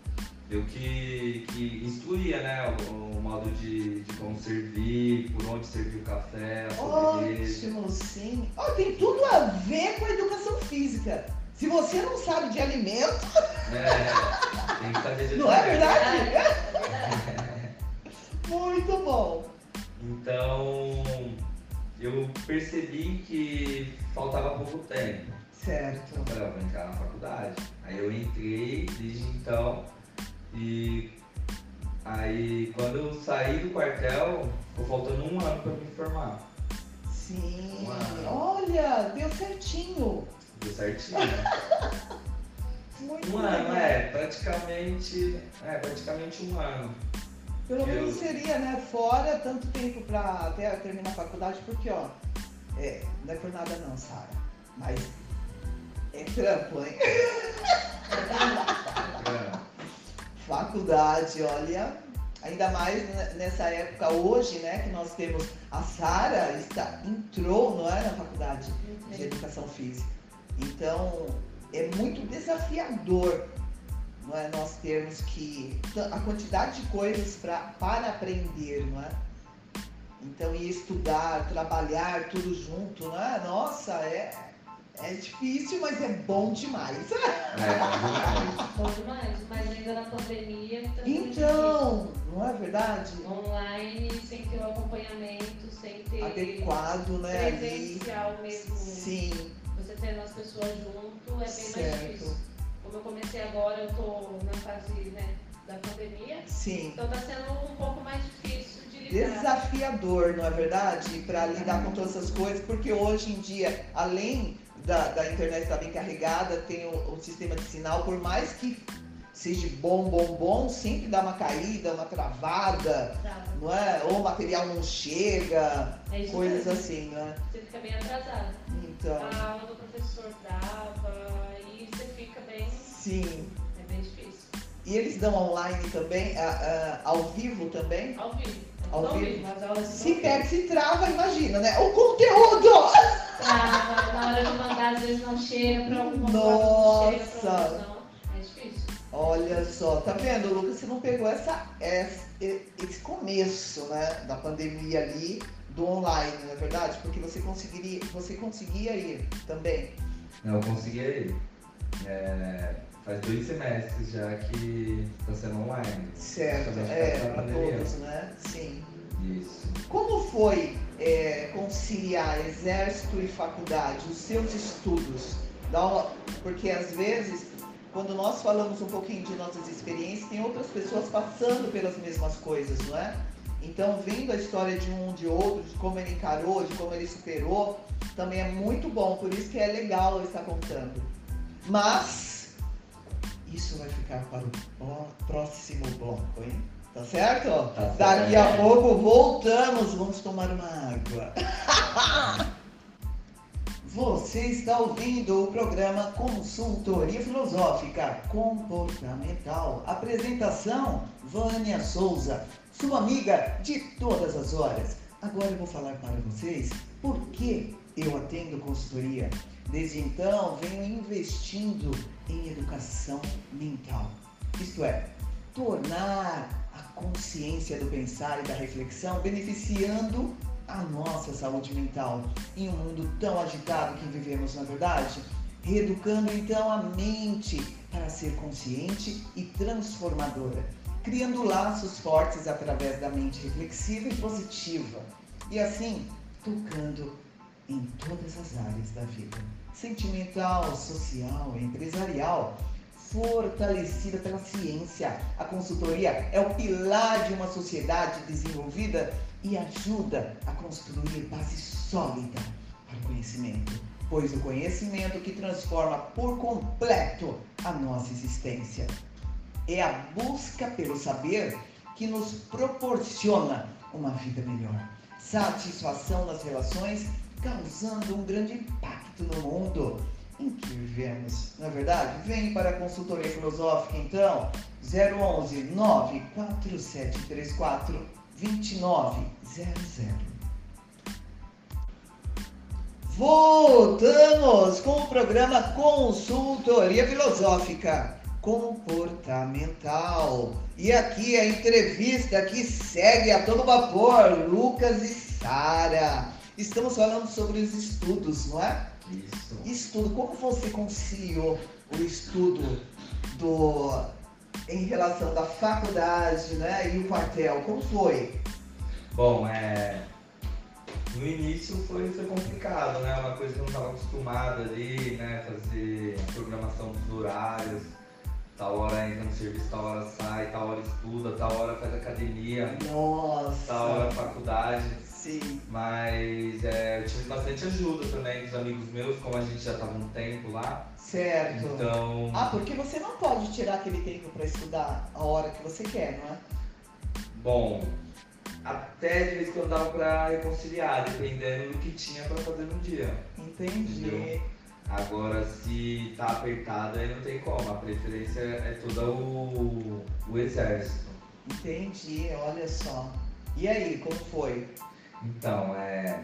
Speaker 2: Eu que, que instruía, né? O, o modo de, de como servir, por onde servir o café, a sobremesa.
Speaker 1: Ótimo, sim. Ó, tem tudo a ver com a educação física. Se você não sabe de alimento,
Speaker 2: É, tem que saber de
Speaker 1: não é
Speaker 2: tudo.
Speaker 1: verdade? [LAUGHS] Muito bom.
Speaker 2: Então, eu percebi que faltava pouco tempo.
Speaker 1: Certo.
Speaker 2: Eu falei, "Ah, vou entrar na faculdade. Aí eu entrei desde então e aí quando eu saí do quartel, ficou faltando um ano pra me formar.
Speaker 1: Sim.
Speaker 2: Uau.
Speaker 1: Olha, deu certinho.
Speaker 2: Deu
Speaker 1: [LAUGHS]
Speaker 2: certinho. né?
Speaker 1: Muito
Speaker 2: Um
Speaker 1: bem.
Speaker 2: ano, é, praticamente. É, praticamente um ano.
Speaker 1: Pelo menos
Speaker 2: Eu-
Speaker 1: seria, né, fora tanto tempo pra até terminar a faculdade, porque, ó, é, não é por nada não, Sara. Mas é trampo, hein?
Speaker 2: É.
Speaker 1: Faculdade, olha. Ainda mais ne- nessa época hoje, né, que nós temos a Sara está entrou, não é, na faculdade de
Speaker 3: É
Speaker 1: educação física. Então, é muito desafiador, não é, nós termos que ta- a quantidade de coisas pra, para aprender, não é? Então, e estudar, trabalhar tudo junto, não é? Nossa, é é difícil, mas é bom demais.
Speaker 2: É,
Speaker 3: Bom demais, mas ainda na pandemia. tá sendo
Speaker 1: Então, não é verdade?
Speaker 3: difícil. Online, sem ter o acompanhamento, sem ter
Speaker 1: adequado, né? Ali.
Speaker 3: presencial mesmo.
Speaker 1: Sim,
Speaker 3: Você tendo as pessoas junto é bem mais
Speaker 1: certo.
Speaker 3: difícil. Como eu comecei agora, eu tô na fase né, da pandemia.
Speaker 1: Sim.
Speaker 3: Então tá sendo um pouco mais difícil de lidar.
Speaker 1: Desafiador, não é verdade? Para lidar com todas essas coisas, porque hoje em dia, além da, da internet estar bem carregada, tem o, o sistema de sinal, por mais que seja bom, bom, bom, sempre dá uma caída, uma travada,
Speaker 3: Sabe?
Speaker 1: não é? Ou o material não chega,
Speaker 3: É isso
Speaker 1: coisas
Speaker 3: mesmo.
Speaker 1: assim, né?
Speaker 3: Você fica bem atrasado.
Speaker 1: Então,
Speaker 3: A aula do professor dava e você fica bem.
Speaker 1: sim.
Speaker 3: É bem difícil.
Speaker 1: E eles dão online também, ah, ah, ao vivo também?
Speaker 3: Ao vivo.
Speaker 1: Ao
Speaker 3: Não
Speaker 1: vivo.
Speaker 3: As aulas são
Speaker 1: Se pega, se trava, imagina, né? O conteúdo!
Speaker 3: Trava, Ah, na hora de mandar, às vezes não chega, pra algum
Speaker 1: Nossa!
Speaker 3: não chega, pra outro não. É difícil.
Speaker 1: Olha só, tá vendo, Lucas? Você não pegou essa, essa- esse começo, né? Da pandemia ali, do online, não é verdade? Porque você conseguiria, você conseguia ir também.
Speaker 2: não, eu consegui aí. É, faz dois semestres já que está sendo online.
Speaker 1: Certo,
Speaker 2: Justamente por
Speaker 1: é,
Speaker 2: causa da
Speaker 1: para
Speaker 2: pandemia.
Speaker 1: todos, né? Sim.
Speaker 2: Isso.
Speaker 1: Como foi é, conciliar exército e faculdade, os seus estudos? Dá uma- Porque às vezes, quando nós falamos um pouquinho de nossas experiências, tem outras pessoas passando pelas mesmas coisas, não é? Então, vendo a história de um, de outro, de como ele encarou, de como ele superou, também é muito bom, por isso que é legal eu estar contando. Mas, isso vai ficar para o blo- próximo bloco, hein? Tá certo?
Speaker 2: Tá
Speaker 1: Daqui
Speaker 2: certo.
Speaker 1: a pouco voltamos, vamos tomar uma água. [LAUGHS] Você está ouvindo o programa Consultoria Filosófica Comportamental. Apresentação: Vânia Souza, sua amiga de todas as horas. Agora eu vou falar para vocês por que eu atendo consultoria. Desde então, venho investindo em educação mental. Isto é, tornar a consciência do pensar e da reflexão beneficiando a nossa saúde mental em um mundo tão agitado que vivemos, na verdade? Reeducando então a mente para ser consciente e transformadora, criando laços fortes através da mente reflexiva e positiva, e assim tocando em todas as áreas da vida sentimental, social, empresarial fortalecida pela ciência. A consultoria é o pilar de uma sociedade desenvolvida e ajuda a construir base sólida para o conhecimento, pois o conhecimento que transforma por completo a nossa existência. É a busca pelo saber que nos proporciona uma vida melhor, satisfação nas relações, causando um grande impacto no mundo em que vivemos. Na verdade, vem para a consultoria filosófica então, 011 94734 2900. Voltamos com o programa Consultoria Filosófica Comportamental. E aqui a entrevista que segue a todo vapor, Lucas e Sara. Estamos falando sobre os estudos, não é?
Speaker 2: Isso.
Speaker 1: estudo, como você conciliou o estudo do em relação da faculdade, né, e o quartel? Como foi?
Speaker 2: Bom, é. No início foi, foi complicado, né? Uma coisa que eu não estava acostumado ali, né? Fazer a programação dos horários, tal hora entra no serviço, tal hora sai, tal hora estuda, tal hora faz academia, tal hora
Speaker 1: Nossa.
Speaker 2: faculdade.
Speaker 1: Sim.
Speaker 2: Mas é, eu tive bastante ajuda também dos amigos meus, como a gente já estava um tempo lá.
Speaker 1: Certo.
Speaker 2: Então.
Speaker 1: Ah, porque você não pode tirar aquele tempo para estudar a hora que você quer, não é?
Speaker 2: Bom, até de vez em quando dava pra reconciliar, dependendo do que tinha pra fazer no dia.
Speaker 1: Entendi.
Speaker 2: Entendeu? Agora, se tá apertado, aí não tem como. A preferência é toda o, o exército.
Speaker 1: Entendi. Olha só. E aí, como foi?
Speaker 2: Então, é.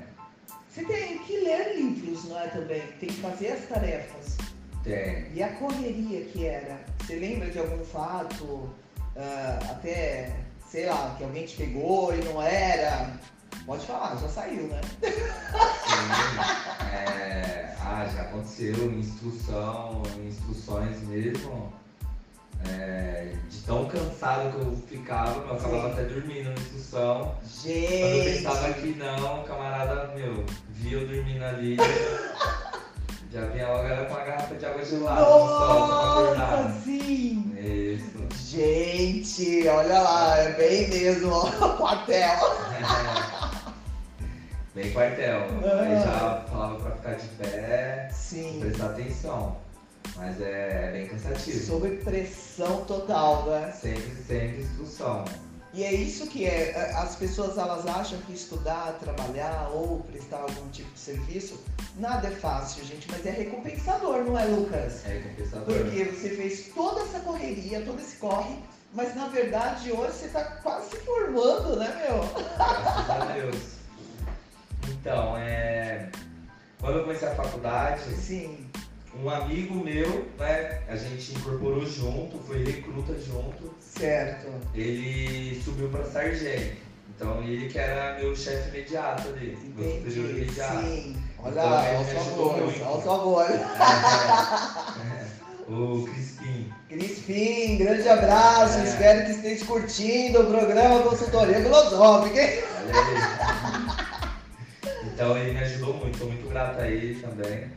Speaker 1: Você tem que ler livros, não é também? Tem que fazer as tarefas.
Speaker 2: Tem.
Speaker 1: E a correria que era? Você lembra de algum fato, ah, até, sei lá, que alguém te pegou e não era? Pode falar, já saiu, né?
Speaker 2: Sim. É, ah, já aconteceu em instrução, em instruções mesmo. É, de tão cansado que eu ficava, eu acabava
Speaker 1: Sim.
Speaker 2: até dormindo na instrução. Quando eu
Speaker 1: Gente!
Speaker 2: pensava que não, o camarada meu, via eu dormindo ali. já vinha logo era com uma garrafa de água gelada no sol, só pra
Speaker 1: Nossa,
Speaker 2: acordar.
Speaker 1: sim!
Speaker 2: Isso.
Speaker 1: Gente, olha lá, é bem mesmo, ó, [LAUGHS] quartel.
Speaker 2: [LAUGHS] Bem quartel. Aí já falava pra ficar de pé,
Speaker 1: Sim,
Speaker 2: prestar atenção. Mas é, bem cansativo.
Speaker 1: sob pressão total, né?
Speaker 2: Sempre, sempre instrução.
Speaker 1: E é isso que é, a- as pessoas elas acham que estudar, trabalhar ou prestar algum tipo de serviço, nada é fácil, gente, mas é recompensador, não é, Lucas?
Speaker 2: É compensador.
Speaker 1: Porque você fez toda essa correria, todo esse corre, mas na verdade hoje você tá quase se formando, né, meu?
Speaker 2: Graças a Deus. Então, é. Quando eu comecei a faculdade,
Speaker 1: Sim,
Speaker 2: um amigo meu, né? A gente incorporou junto, foi recruta junto.
Speaker 1: certo.
Speaker 2: Ele subiu pra sargento. Então ele que era meu chefe imediato ali, meu
Speaker 1: Entendi.
Speaker 2: superior imediato.
Speaker 1: Sim. Olha
Speaker 2: Então,
Speaker 1: lá,
Speaker 2: ele
Speaker 1: olha o
Speaker 2: me
Speaker 1: seu
Speaker 2: ajudou
Speaker 1: amor,
Speaker 2: muito.
Speaker 1: olha o seu amor.
Speaker 2: É. o Crispim.
Speaker 1: Crispim, grande abraço.
Speaker 2: É.
Speaker 1: Espero que esteja curtindo o programa Consultoria Filosófica. hein?
Speaker 2: Olha aí. Então ele me ajudou muito, sou muito grato a ele também.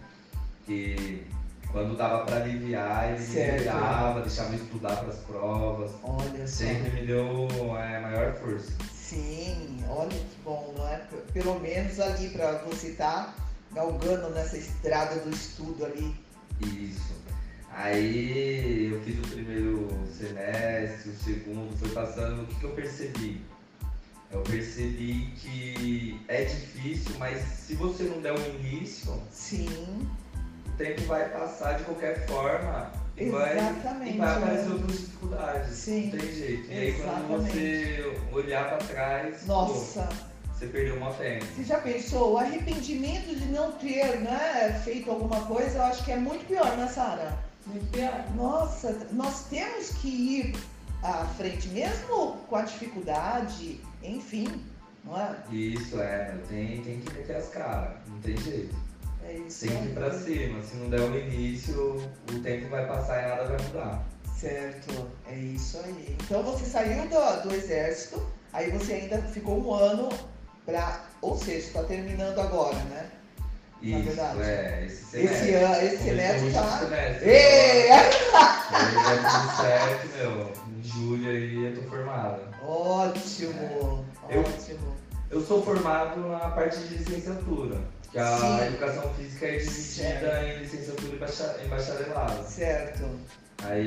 Speaker 2: Que quando dava pra aliviar, ele me
Speaker 1: Certo.
Speaker 2: liberava, deixava eu estudar pras provas.
Speaker 1: Olha só.
Speaker 2: Sempre me deu é, maior força.
Speaker 1: Sim, olha que bom, não é? P- Pelo menos ali para você estar galgando nessa estrada do estudo ali.
Speaker 2: Isso. Aí eu fiz o primeiro semestre, o segundo, foi passando. O que, que eu percebi? Eu percebi que é difícil, mas se você não der o início, o
Speaker 1: Sim,
Speaker 2: tempo vai passar de qualquer forma e vai, e
Speaker 1: exatamente.
Speaker 2: vai
Speaker 1: né?
Speaker 2: aparecer outras dificuldades.
Speaker 1: Sim.
Speaker 2: Não tem jeito. E aí quando
Speaker 1: Exatamente.
Speaker 2: você olhar pra trás, pô,
Speaker 1: Nossa,
Speaker 2: você perdeu uma fé.
Speaker 1: você já pensou, o arrependimento de não ter né, feito alguma coisa, eu acho que é muito pior, né, Sara?
Speaker 3: Muito pior.
Speaker 1: Nossa, nós temos que ir à frente, mesmo com a dificuldade, enfim, não é?
Speaker 2: Isso é, meu, tem, tem que meter as caras, não tem jeito.
Speaker 1: É isso.
Speaker 2: Sempre
Speaker 1: aí.
Speaker 2: pra cima, se não der o início, o tempo vai passar e nada vai mudar.
Speaker 1: Certo, é isso aí. Então você saiu do, do exército, aí você ainda ficou um ano pra. Ou seja, está terminando agora, né? Na
Speaker 2: Isso,
Speaker 1: verdade.
Speaker 2: é, esse semestre.
Speaker 1: Esse ano, esse
Speaker 2: Começou o
Speaker 1: semestre
Speaker 2: último
Speaker 1: tá. é!
Speaker 2: semestre.
Speaker 1: Ei!
Speaker 2: Aí vai tá tudo certo, meu. Em julho aí eu tô formado.
Speaker 1: Ótimo!
Speaker 2: É. Eu-
Speaker 1: Ótimo!
Speaker 2: Eu sou formado na parte de licenciatura, que a
Speaker 1: Sim.
Speaker 2: educação física é dividida em licenciatura e bacha- e bacharelado.
Speaker 1: Certo.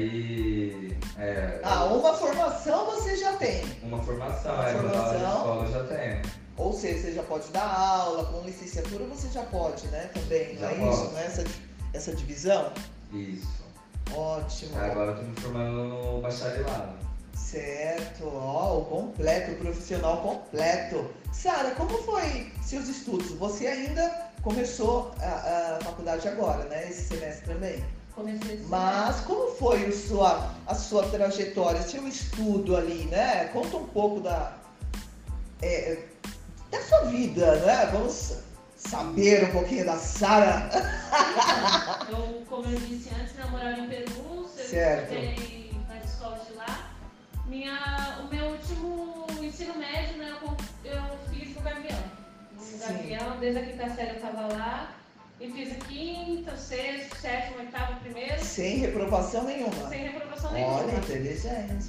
Speaker 2: Aí, é,
Speaker 1: Ah, uma formação você já tem.
Speaker 2: uma formação,
Speaker 1: Uma
Speaker 2: é, quando eu tava na
Speaker 1: formação.
Speaker 2: escola eu já tenho.
Speaker 1: Ou seja, você já pode dar aula, com licenciatura você já pode, né? Também, não
Speaker 2: Já
Speaker 1: é isso?
Speaker 2: posso.
Speaker 1: Não é essa, essa divisão?
Speaker 2: Isso.
Speaker 1: Ótimo!
Speaker 2: Agora eu tô me formando no bacharelado.
Speaker 1: Certo, ó, o completo, o profissional completo. Sara, como foi seus estudos? Você ainda começou a, a faculdade agora, né? Esse semestre também.
Speaker 3: Comecei esse
Speaker 1: Mas como foi o sua, a sua trajetória, seu estudo ali, né? Conta um pouco da, é, da sua vida, né? Vamos saber um pouquinho da Sara.
Speaker 3: Eu, Então, como eu disse antes, namorava em Peru,
Speaker 1: Certo.
Speaker 3: estudei nas escolas de lá. Minha, o meu último ensino médio, né, eu, con- eu fiz no Gavião.
Speaker 1: Sim.
Speaker 3: No Gavião, desde a quinta série eu estava lá. E fiz o quinto, o sexto, o sétimo, o oitavo, o primeiro,
Speaker 1: Sem reprovação nenhuma.
Speaker 3: sem reprovação
Speaker 1: Olha,
Speaker 3: nenhuma.
Speaker 1: inteligente. né?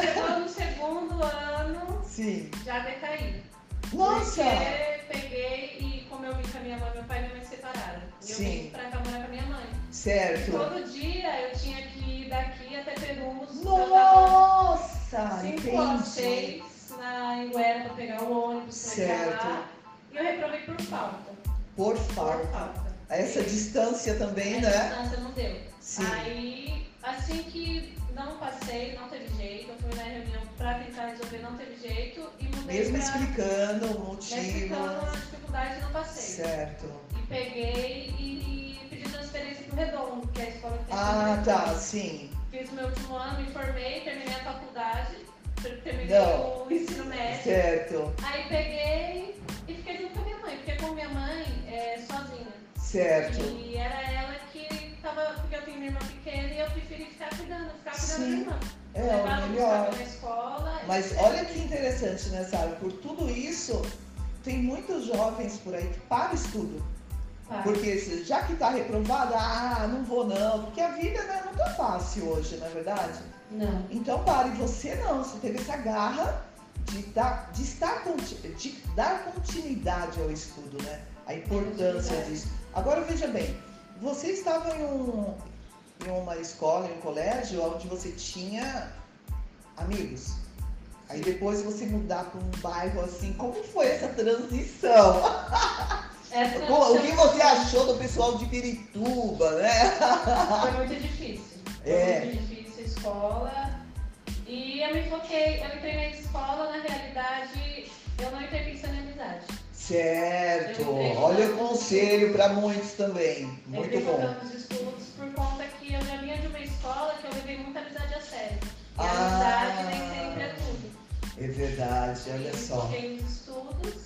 Speaker 3: Chegou no segundo ano,
Speaker 1: Sim.
Speaker 3: já decaí.
Speaker 1: Nossa!
Speaker 3: Porque peguei e como eu vim com a minha mãe, meu pai e minha mãe se separaram. E eu
Speaker 1: Sim.
Speaker 3: vim pra cá morar com a minha mãe.
Speaker 1: Certo.
Speaker 3: Todo dia eu tinha que ir daqui até Perus. Eu tava
Speaker 1: Nossa!
Speaker 3: cinco horas,
Speaker 1: entendi.
Speaker 3: seis, na Anguera pra pegar o ônibus, pra chegar
Speaker 1: Certo.
Speaker 3: lá. E eu reprovei por falta.
Speaker 1: Por
Speaker 3: Por
Speaker 1: favor.
Speaker 3: falta.
Speaker 1: Essa distância também,
Speaker 3: A
Speaker 1: né?
Speaker 3: distância não deu.
Speaker 1: Sim.
Speaker 3: Aí, assim que não passei, não teve jeito. Eu fui na reunião pra tentar resolver, não teve jeito. E mudei
Speaker 1: Mesmo
Speaker 3: pra...
Speaker 1: explicando o
Speaker 3: Mesmo
Speaker 1: motivo.
Speaker 3: ficando na dificuldade, não passei.
Speaker 1: Certo.
Speaker 3: E peguei e pedi transferência pro Redondo, que é a escola que tem
Speaker 1: Ah,
Speaker 3: Redondo.
Speaker 1: tá. Sim.
Speaker 3: Fiz o meu último ano, me formei, terminei a faculdade, ter- terminei
Speaker 1: Não.
Speaker 3: o ensino médio.
Speaker 1: Certo.
Speaker 3: Aí peguei e fiquei junto com a minha mãe, fiquei com minha mãe é, sozinha.
Speaker 1: Certo.
Speaker 3: E era ela que tava, porque eu tenho minha irmã pequena e eu preferi ficar cuidando, ficar cuidando da
Speaker 1: Sim.
Speaker 3: minha irmã.
Speaker 1: É
Speaker 3: Levava,
Speaker 1: o
Speaker 3: buscava
Speaker 1: melhor.
Speaker 3: na escola.
Speaker 1: Mas olha que interessante, né, Sara? Por tudo isso, tem muitos jovens por aí que param o estudo.
Speaker 3: Pá.
Speaker 1: Porque se- já que tá reprovada, ah, não vou não. Porque a vida né, não tá fácil hoje, não é verdade?
Speaker 3: "Ah, Não.
Speaker 1: Então, pare, você não, você teve essa garra de, dar, de, estar, conti- de dar continuidade ao estudo, né? A importância
Speaker 3: Continuidade.
Speaker 1: disso. Agora, veja bem, você estava em, um, em uma escola, em um colégio, onde você tinha amigos. Aí depois você mudar para um bairro assim, como foi essa transição?
Speaker 3: Essa
Speaker 1: O que você achou do pessoal de Pirituba, né?
Speaker 3: Foi é muito difícil. Foi
Speaker 1: É.
Speaker 3: muito difícil a escola. E eu me foquei, eu entrei na escola, na realidade, eu não entrei pensando em amizade.
Speaker 1: Certo,
Speaker 3: Eu entrei
Speaker 1: olha o
Speaker 3: focando-
Speaker 1: conselho para muitos também. Muito
Speaker 3: entrei
Speaker 1: bom.
Speaker 3: focando nos estudos por conta que eu já vinha de uma escola que eu levei muita amizade a sério. E a
Speaker 1: Ah.
Speaker 3: amizade nem sempre é tudo.
Speaker 1: É verdade,
Speaker 3: E
Speaker 1: olha
Speaker 3: me
Speaker 1: só.
Speaker 3: foquei nos estudos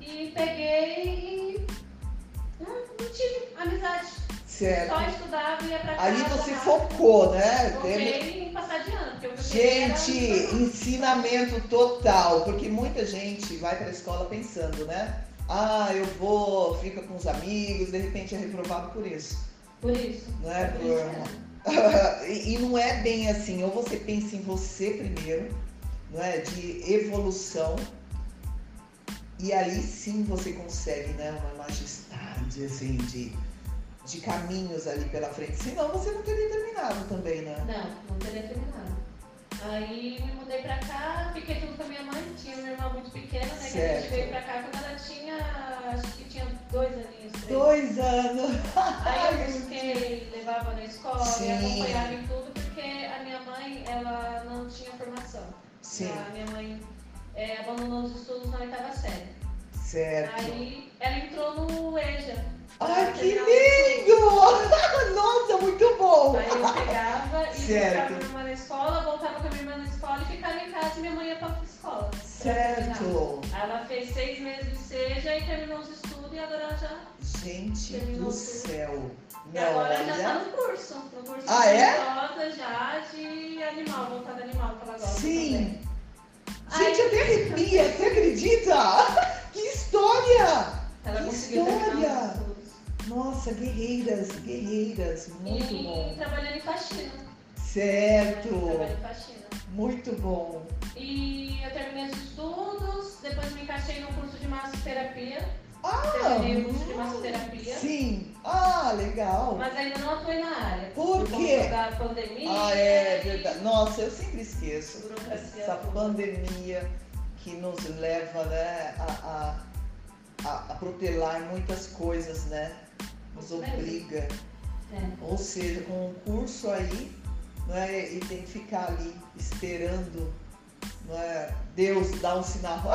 Speaker 3: e peguei e não, não tive amizade.
Speaker 1: Certo.
Speaker 3: Só estudava e ia pra casa.
Speaker 1: Ali É. você
Speaker 3: nada.
Speaker 1: focou, né? Teve-
Speaker 3: Foquei em passar de ano. porque o que eu queria era
Speaker 1: Gente,
Speaker 3: estudar.
Speaker 1: ensinamento total, porque muita gente vai para a escola pensando, né? Ah, eu vou, fica com os amigos, de repente é reprovado por isso.
Speaker 3: Por isso.
Speaker 1: Não é
Speaker 3: Por
Speaker 1: por-
Speaker 3: isso mesmo.
Speaker 1: e, e não é bem assim, ou você pensa em você primeiro, não é? De evolução, e aí sim você consegue, né? Uma majestade, assim, de, de caminhos ali pela frente. Senão você não teria terminado também, né?
Speaker 3: Não, não teria terminado. Aí me mudei pra cá, fiquei junto com a minha mãe, tinha uma irmã muito pequena, né? Que a
Speaker 1: Certo.
Speaker 3: gente veio pra cá quando ela tinha, acho que tinha dois aninhos. três.
Speaker 1: Dois anos.
Speaker 3: Aí eu busquei, levava na escola,
Speaker 1: Sim.
Speaker 3: me acompanhava em tudo, porque a minha mãe, ela não tinha formação.
Speaker 1: Sim,
Speaker 3: A minha mãe é, abandonou os estudos na oitava série.
Speaker 1: certo.
Speaker 3: Aí ela entrou no EJA.
Speaker 1: Ai, que
Speaker 3: Ela-
Speaker 1: lindo! [LAUGHS] Nossa, muito bom!
Speaker 3: Aí eu pegava e
Speaker 1: Oh. [LAUGHS] Certo.
Speaker 3: ficava com a minha irmã na escola, voltava com a minha irmã na escola e ficava em casa e minha mãe ia pra escola.
Speaker 1: Certo.
Speaker 3: Aí Ela fez seis meses de seja e terminou os estudos e agora ela já.
Speaker 1: Gente do
Speaker 3: Terminou tudo.
Speaker 1: céu.
Speaker 3: E
Speaker 1: Não,
Speaker 3: agora ela já tá
Speaker 1: olha.
Speaker 3: no curso. No curso
Speaker 1: Ah,
Speaker 3: de
Speaker 1: é?
Speaker 3: idosa já de animal, voltada animal que ela gosta.
Speaker 1: Sim.
Speaker 3: também. Aí-
Speaker 1: Gente, até arrepia, você acredita? [LAUGHS] Que história!
Speaker 3: Ela
Speaker 1: Que
Speaker 3: conseguiu terminar
Speaker 1: história!
Speaker 3: os estudos.
Speaker 1: Nossa, guerreiras, guerreiras, muito
Speaker 3: E
Speaker 1: bom.
Speaker 3: trabalhando em faxina.
Speaker 1: Certo,
Speaker 3: Trabalhando em faxina.
Speaker 1: muito bom.
Speaker 3: E eu terminei os estudos, depois me encaixei no curso de massoterapia.
Speaker 1: Ah,
Speaker 3: Terminei o curso de massoterapia.
Speaker 1: sim. Ah, legal.
Speaker 3: Mas ainda não atuei na área.
Speaker 1: Por
Speaker 3: Por
Speaker 1: quê?
Speaker 3: conta da pandemia.
Speaker 1: Ah, é verdade. Nossa, eu sempre esqueço.
Speaker 3: Burocracia.
Speaker 1: Essa pandemia que nos leva né, a, a, a, a protelar muitas coisas, né? Nos
Speaker 3: Isso mesmo.
Speaker 1: obriga. [LAUGHS]
Speaker 3: É.
Speaker 1: Ou seja, com um curso aí, não é, e tem que ficar ali esperando não é, Deus dar um sinal. [LAUGHS]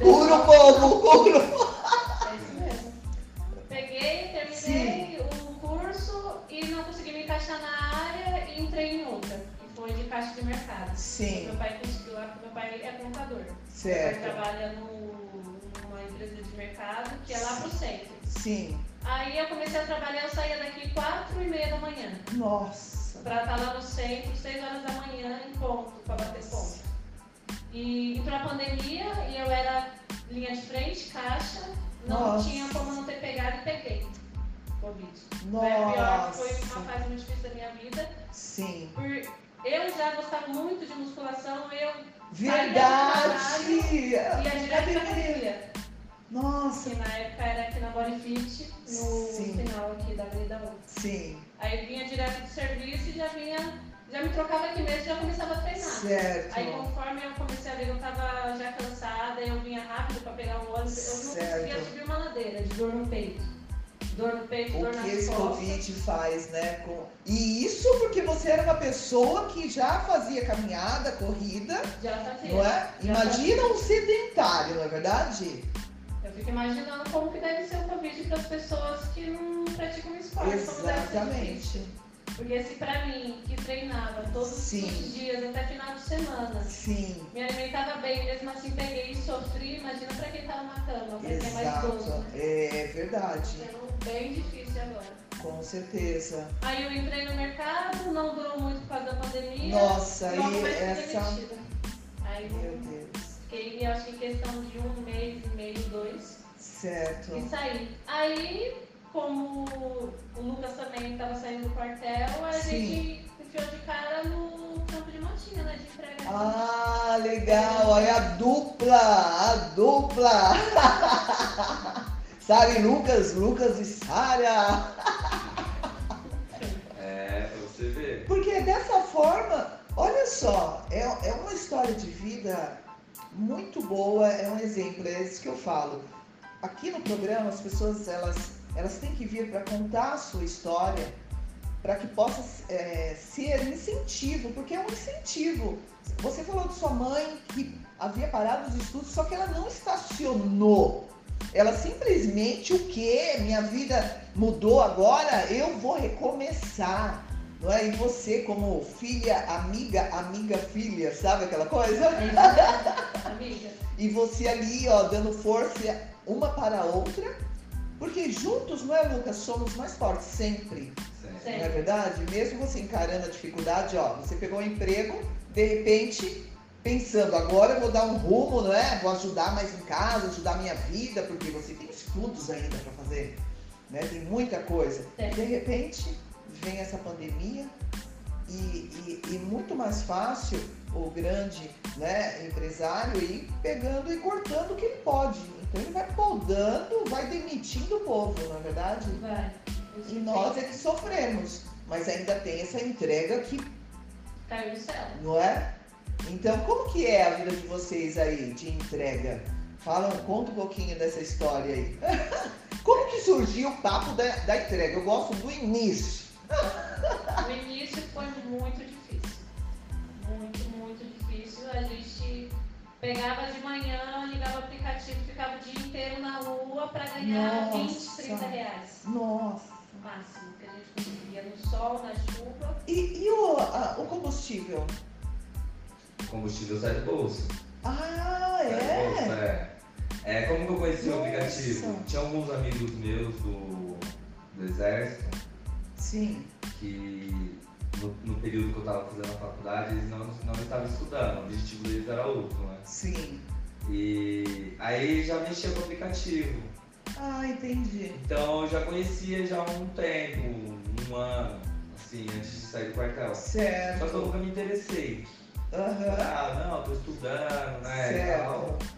Speaker 1: Puro fogo, puro.
Speaker 3: É isso mesmo. Peguei, terminei o curso e não consegui me encaixar na área e entrei em outra. E foi de caixa de mercado. Meu
Speaker 1: Sim,
Speaker 3: pai conseguiu lá, porque meu pai é contador. Meu pai
Speaker 1: certo.
Speaker 3: trabalha no- numa empresa de mercado que é lá pro centro.
Speaker 1: Sim.
Speaker 3: Aí eu comecei a trabalhar, eu saía daqui 4 e meia da manhã.
Speaker 1: Nossa.
Speaker 3: Pra estar lá no centro, 6 horas da manhã, em ponto, pra bater ponto. E entrou a pandemia e eu era linha de frente, caixa, não
Speaker 1: Nossa.
Speaker 3: tinha como não ter pegado e peguei. Covid. Foi a pior, foi uma
Speaker 1: Nossa.
Speaker 3: fase muito difícil da minha vida.
Speaker 1: Sim.
Speaker 3: Por eu já gostava muito de musculação, eu
Speaker 1: Verdade.
Speaker 3: ia direto pra academia.
Speaker 1: Nossa.
Speaker 3: Que na época era aqui na Body Fit, no
Speaker 1: Sim.
Speaker 3: final aqui da Avenida 1.
Speaker 1: Sim.
Speaker 3: Aí eu vinha direto do serviço e já vinha, já me trocava aqui mesmo e já começava a treinar.
Speaker 1: Certo.
Speaker 3: Aí conforme eu comecei a ver, eu tava já cansada, eu vinha rápido pra pegar o ônibus, eu não
Speaker 1: Certo.
Speaker 3: conseguia subir uma ladeira de dor no peito. Dor no peito,
Speaker 1: O
Speaker 3: dor
Speaker 1: que
Speaker 3: nas
Speaker 1: esse
Speaker 3: costas.
Speaker 1: Covid faz, né? com- E isso porque você era uma pessoa que já fazia caminhada, corrida,
Speaker 3: Já tá fazia.
Speaker 1: não é? Imagina um sedentário, não é verdade?
Speaker 3: Eu fico imaginando como que deve ser o Covid para as pessoas que não praticam esporte. como deve ser difícil.
Speaker 1: Exatamente.
Speaker 3: Porque se pra mim, que treinava todos
Speaker 1: Sim.
Speaker 3: os dias, até final de semana,
Speaker 1: Sim,
Speaker 3: me alimentava bem, mesmo assim peguei e sofri, imagina pra quem tava na cama, pra quem é mais doce.
Speaker 1: exato.
Speaker 3: Né?
Speaker 1: É verdade,
Speaker 3: Sendo bem difícil agora.
Speaker 1: com certeza.
Speaker 3: Aí eu entrei no mercado, não durou muito por causa da pandemia.
Speaker 1: Nossa,
Speaker 3: logo
Speaker 1: e
Speaker 3: mais fui
Speaker 1: essa.
Speaker 3: demitida. Aí
Speaker 1: Meu
Speaker 3: eu
Speaker 1: Deus.
Speaker 3: fiquei, eu acho que em questão de um mês e meio, dois,
Speaker 1: Certo.
Speaker 3: e saí. Aí, como o Lucas também estava saindo do quartel, a
Speaker 1: Sim.
Speaker 3: gente enfiou de cara no campo de matinha, né? De entrega.
Speaker 1: Ah, legal, olha a dupla, a dupla. [LAUGHS] Sara e Lucas, Lucas e Sara.
Speaker 2: É, pra você ver.
Speaker 1: Porque dessa forma, olha só, é, é uma história de vida muito boa, é um exemplo, é isso que eu falo. Aqui no programa, as pessoas elas, elas têm que vir para contar a sua história, para que possa é, ser incentivo, porque é um incentivo. Você falou de sua mãe que havia parado os estudos, só que ela não estacionou. Ela simplesmente o quê? Minha vida mudou agora, eu vou recomeçar. Não é? E você, como filha, amiga, amiga, filha, sabe aquela coisa?
Speaker 3: Aí, amiga,
Speaker 1: E você ali, ó, dando força uma para a outra, Porque juntos, não é, Lucas? Somos mais fortes sempre.
Speaker 2: Certo.
Speaker 3: Certo.
Speaker 1: Não é verdade? Mesmo você encarando a dificuldade, ó, você pegou um emprego, de repente, pensando, agora eu vou dar um rumo, não é? Vou ajudar mais em casa, ajudar a minha vida, porque você tem estudos ainda para fazer, né? Tem muita coisa.
Speaker 3: Tem.
Speaker 1: De repente, vem essa pandemia e, e- e muito mais fácil o grande né, empresário ir pegando e cortando o que ele pode. Então ele vai podando, vai demitindo o povo, não é verdade?
Speaker 3: Vai.
Speaker 1: E nós é que sofremos, mas ainda tem essa entrega que
Speaker 3: Caiu do céu.
Speaker 1: não é? Então, como que é a vida de vocês aí, de entrega? Fala, um- conta um pouquinho dessa história aí. [LAUGHS] Como que surgiu o papo da, da entrega? Eu gosto do início.
Speaker 3: No início foi muito difícil. Muito, muito difícil. A gente pegava de manhã, ligava o aplicativo, ficava o dia inteiro na rua para ganhar
Speaker 1: Nossa.
Speaker 3: 20, 30 reais.
Speaker 1: Nossa.
Speaker 3: O máximo que a gente conseguia no sol, na chuva.
Speaker 1: E, e o, a- o combustível?
Speaker 2: Combustível sai do bolso.
Speaker 1: Ah,
Speaker 2: Sai do bolso,
Speaker 1: é?
Speaker 2: é. É, como que eu conheci o
Speaker 1: Nossa.
Speaker 2: aplicativo? Tinha alguns amigos meus do, do exército
Speaker 1: Sim.
Speaker 2: que no, no período que eu tava fazendo a faculdade, eles não, não estavam estudando, o objetivo deles era outro, né?
Speaker 1: Sim.
Speaker 2: E aí já mexia com o aplicativo.
Speaker 1: Ah, entendi.
Speaker 2: Então eu já conhecia já há um tempo, um ano, assim, antes de sair do quartel. Só que eu
Speaker 1: Certo.
Speaker 2: nunca me interessei.
Speaker 1: Aham.
Speaker 2: Ah, não, tô estudando, né? e tal. Então,
Speaker 1: Certo.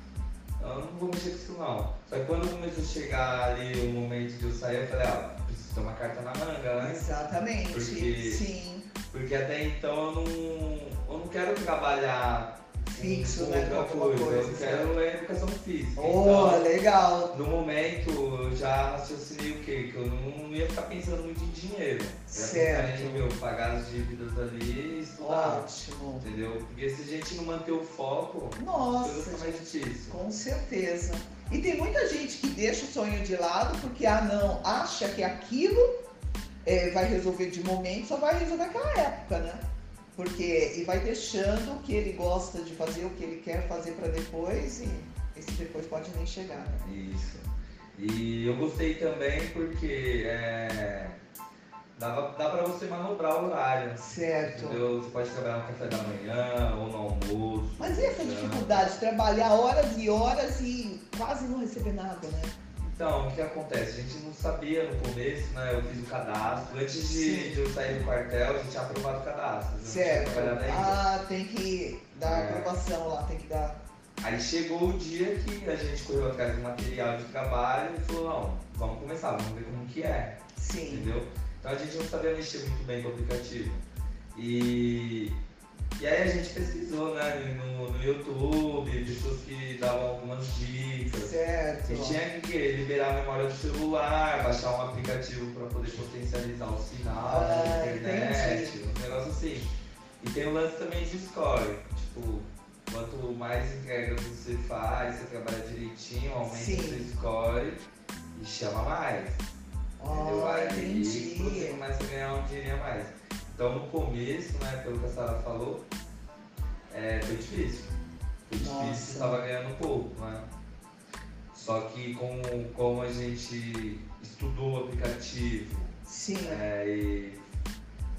Speaker 2: Eu não vou mexer com isso não. Só que quando começou a chegar ali o momento de eu sair, eu falei, ah, preciso ter uma carta na manga, né?
Speaker 1: Exatamente.
Speaker 2: Porque-
Speaker 1: Sim.
Speaker 2: Porque até então eu não, eu não quero trabalhar
Speaker 1: Fixo,
Speaker 2: com
Speaker 1: né,
Speaker 2: outra
Speaker 1: com alguma
Speaker 2: coisa.
Speaker 1: coisa, né?
Speaker 2: Eu quero é educação física.
Speaker 1: Oh,
Speaker 2: Então,
Speaker 1: legal.
Speaker 2: no momento eu já raciocinei o quê? Que eu não ia ficar pensando muito em dinheiro. Já
Speaker 1: Certo.
Speaker 2: pensando em meu, pagar as dívidas ali e estudar.
Speaker 1: Ótimo.
Speaker 2: Entendeu? Porque se a gente não manter o foco, as coisas
Speaker 1: Nossa,
Speaker 2: ficam mais difíceis.
Speaker 1: Com certeza. E tem muita gente que deixa o sonho de lado porque ah não, acha que aquilo eh, vai resolver de momento, só vai resolver aquela época, né? Porque e vai deixando o que ele gosta de fazer, o que ele quer fazer para depois e esse depois pode nem chegar. né?
Speaker 2: Isso. E eu gostei também porque é, dava, dá pra você manobrar o horário.
Speaker 1: Certo.
Speaker 2: Entendeu? Você pode trabalhar no café da manhã ou no almoço.
Speaker 1: Mas e essa
Speaker 2: né?
Speaker 1: dificuldade de trabalhar horas e horas e quase não receber nada, né?
Speaker 2: Então, o que acontece? A gente não sabia no começo, né? Eu fiz o cadastro. Antes de, de eu sair do quartel, a gente tinha aprovado o cadastro. Eu não tinha
Speaker 1: Certo.
Speaker 2: trabalhado ainda.
Speaker 1: Ah, tem que dar
Speaker 2: É.
Speaker 1: aprovação lá, tem que dar.
Speaker 2: Aí chegou o dia que a gente correu atrás do material de trabalho e falou, não, vamos começar, vamos ver como que é.
Speaker 1: Sim.
Speaker 2: entendeu? Então a gente não sabia mexer muito bem com o aplicativo. E, e aí a gente pesquisou, né, no, no YouTube, pessoas que davam algumas dicas.
Speaker 1: Certo.
Speaker 2: E tinha que quê? liberar a memória do celular, baixar um aplicativo para poder potencializar o sinal
Speaker 1: Ah,
Speaker 2: da internet,
Speaker 1: entendi.
Speaker 2: um negócio assim. E tem o lance também de score, tipo, quanto mais entrega você faz, você trabalha direitinho, aumenta
Speaker 1: Sim.
Speaker 2: o seu score e chama mais. Entendeu?
Speaker 1: Oh,
Speaker 2: Aí você
Speaker 1: entendi.
Speaker 2: começa a ganhar um dinheirinho a mais. Então no começo, né, pelo que a Sara falou, é, foi difícil. Foi
Speaker 1: Nossa.
Speaker 2: difícil, estava ganhando pouco, né? Só que como, como a gente estudou o aplicativo
Speaker 1: Sim.
Speaker 2: né, e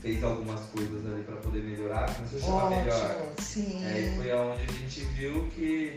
Speaker 2: fez algumas coisas ali para poder melhorar, começou a chamar tá melhor.
Speaker 1: Ótimo, sim.
Speaker 2: É, e foi aonde a gente viu que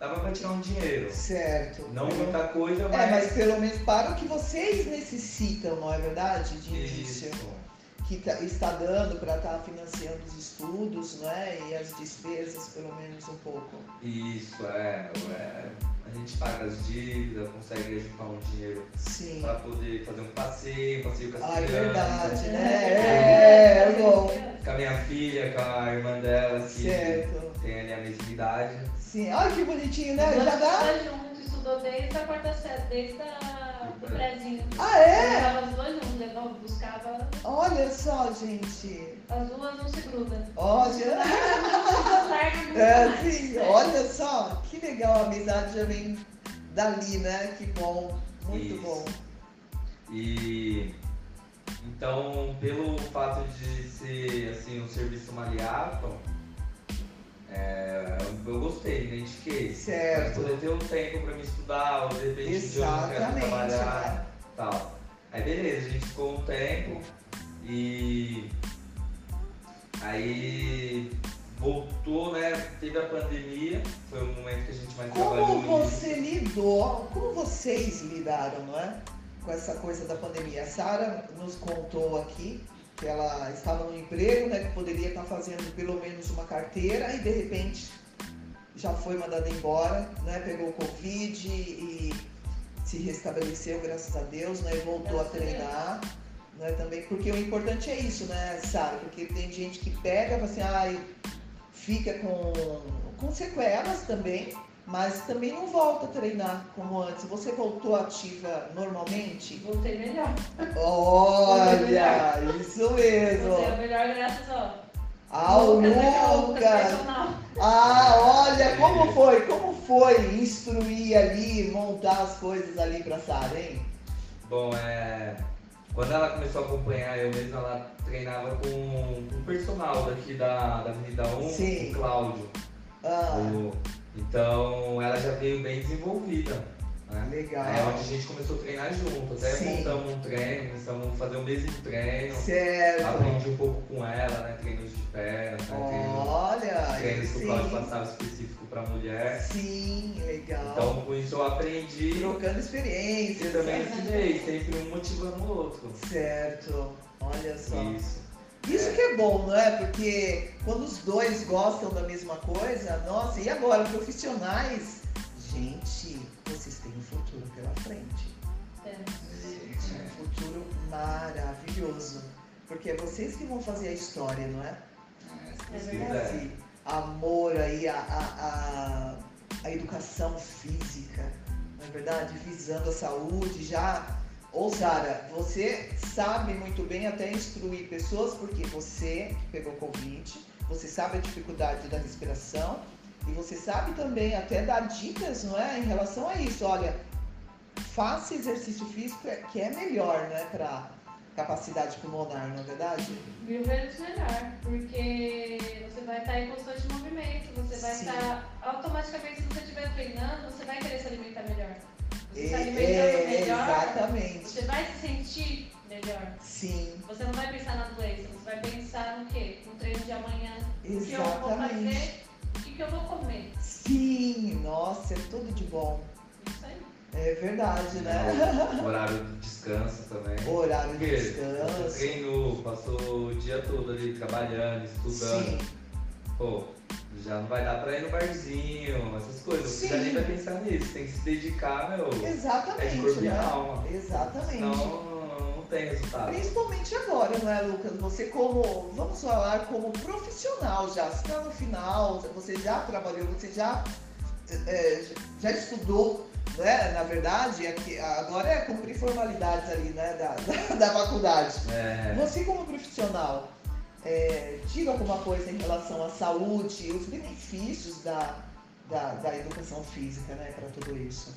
Speaker 2: dava para tirar um dinheiro.
Speaker 1: Certo.
Speaker 2: Não muita coisa, mas.
Speaker 1: É, mas pelo menos para o que vocês necessitam, não é verdade? De início.
Speaker 2: Isso.
Speaker 1: Que tá- está dando para estar financiando os estudos, não é? E as despesas, pelo menos um pouco.
Speaker 2: Isso, é, é. A gente paga as dívidas, consegue juntar um dinheiro
Speaker 1: Sim.
Speaker 2: pra poder fazer um passeio, passeio com as
Speaker 1: Ah, é verdade, né? É,
Speaker 3: É,
Speaker 1: é bom.
Speaker 2: Com a minha filha, com a irmã dela, que
Speaker 1: Certo.
Speaker 2: tem ali a mesma idade.
Speaker 1: Sim. Olha que bonitinho, né? Já dá?
Speaker 3: Nós juntos, estudou desde a quarta série, desde a... do prézinho.
Speaker 1: Ah, é?
Speaker 3: Levava as duas juntos, levava, buscava,
Speaker 1: Olha só, gente.
Speaker 3: as duas não se
Speaker 1: [LAUGHS]
Speaker 3: Tá grudam.
Speaker 1: Olha. É, sim, olha só, que legal, a amizade já vem dali, né? Que bom, muito
Speaker 2: Isso.
Speaker 1: bom.
Speaker 2: E então, pelo fato de ser assim, um serviço maleável, É, eu, eu gostei, identifiquei. Pra
Speaker 1: Certo.
Speaker 2: poder ter um tempo pra me estudar, ou de repente de onde eu quero
Speaker 1: Exatamente.
Speaker 2: trabalhar
Speaker 1: cara.
Speaker 2: tal. Aí beleza, a gente ficou um tempo e aí voltou, né? Teve a pandemia, foi o momento que a gente mais
Speaker 1: Como
Speaker 2: trabalhou.
Speaker 1: você lidou, como vocês lidaram, não é? Com essa coisa da pandemia. A Sara nos contou aqui que ela estava no emprego, né? Que poderia estar fazendo pelo menos uma carteira e de repente já foi mandada embora, né? Pegou o Covid e se restabeleceu, graças a Deus, né? E voltou a
Speaker 3: Graças a Deus.
Speaker 1: treinar. Né, também, porque o importante é isso, né, Sara? Porque tem gente que pega e fala assim, ah, fica com, com sequelas também, mas também não volta a treinar como antes. Você voltou ativa normalmente?
Speaker 3: Voltei melhor.
Speaker 1: Olha, isso
Speaker 3: Voltei
Speaker 1: mesmo.
Speaker 3: melhor graças ao
Speaker 1: Ao
Speaker 3: naquela luta
Speaker 1: Lucas.
Speaker 3: personal.
Speaker 1: Ah, olha, como foi? Como foi instruir ali, montar as coisas ali pra Sara, hein?
Speaker 2: Bom, é. Quando ela começou a acompanhar eu mesmo, ela treinava com um personal daqui da, da Avenida 1,
Speaker 1: Sim.
Speaker 2: o Cláudio.
Speaker 1: Ah,
Speaker 2: O- Então ela já veio bem desenvolvida. Né?
Speaker 1: legal.
Speaker 2: É onde a gente começou a treinar junto, até
Speaker 1: Sim.
Speaker 2: montamos um treino, começamos a fazer o mesmo treino.
Speaker 1: Certo.
Speaker 2: Aprendi um pouco com ela, né? Treinos de perna, né?
Speaker 1: Olha, aí
Speaker 2: treinos, treinos que o Cláudio
Speaker 1: sim.
Speaker 2: passava específico pra mulher.
Speaker 1: Sim, legal.
Speaker 2: Então com isso eu aprendi
Speaker 1: Trocando
Speaker 2: e
Speaker 1: experiências.
Speaker 2: também
Speaker 1: né?
Speaker 2: ensinei, sempre um motivando o outro.
Speaker 1: Certo. Olha só.
Speaker 2: Isso.
Speaker 1: Isso que é bom, não é? Porque quando os dois gostam da mesma coisa, nossa, e agora, profissionais? Gente, vocês têm um futuro pela frente.
Speaker 3: É.
Speaker 1: Gente, um futuro maravilhoso. Porque é vocês que vão fazer a história, não é?
Speaker 2: É
Speaker 3: É
Speaker 2: verdade.
Speaker 1: Esse amor aí, a, a, a, a educação física, não é verdade? Visando a saúde já. Ou Sara, você sabe muito bem até instruir pessoas, porque você pegou Covid, você sabe a dificuldade da respiração e você sabe também até dar dicas, não é? Em relação a isso, olha, faça exercício físico é- que é melhor, né? Para capacidade pulmonar, não é verdade?
Speaker 3: Mil vezes melhor, porque você vai estar em constante movimento, você vai
Speaker 1: Sim.
Speaker 3: estar. Automaticamente, se você estiver treinando, você vai querer se alimentar melhor. Você se
Speaker 1: É,
Speaker 3: alimentando
Speaker 1: é,
Speaker 3: melhor,
Speaker 1: exatamente.
Speaker 3: você vai se sentir melhor.
Speaker 1: Sim,
Speaker 3: Você não vai pensar na doença, você vai pensar no quê? No treino de amanhã. O que eu vou
Speaker 1: exatamente.
Speaker 3: fazer? O que, que eu vou comer?
Speaker 1: Sim, nossa, é tudo de bom.
Speaker 3: Isso aí.
Speaker 1: É verdade, né?
Speaker 2: Então, O horário de descanso também.
Speaker 1: Horário de
Speaker 2: Porque você
Speaker 1: descanso.
Speaker 2: treinou, passou o dia todo ali trabalhando, estudando.
Speaker 1: Sim,
Speaker 2: Pô, já não vai dar pra ir no barzinho, essas coisas. Você já
Speaker 1: Sim.
Speaker 2: nem vai pensar nisso, tem que se dedicar, meu. É de
Speaker 1: exatamente,
Speaker 2: corpo e
Speaker 1: né?
Speaker 2: alma.
Speaker 1: Exatamente.
Speaker 2: Senão não, não tem resultado.
Speaker 1: Principalmente agora, não é, Lucas? Você como, vamos falar, como profissional já, você está no final, você já trabalhou, você já, é, já estudou, não é? Na verdade, é que agora é cumprir formalidades ali, né, da- [LAUGHS] da, da faculdade.
Speaker 2: É,
Speaker 1: Você como profissional, é, diga alguma coisa em relação à saúde, os benefícios da, da, da educação física, né, para tudo isso.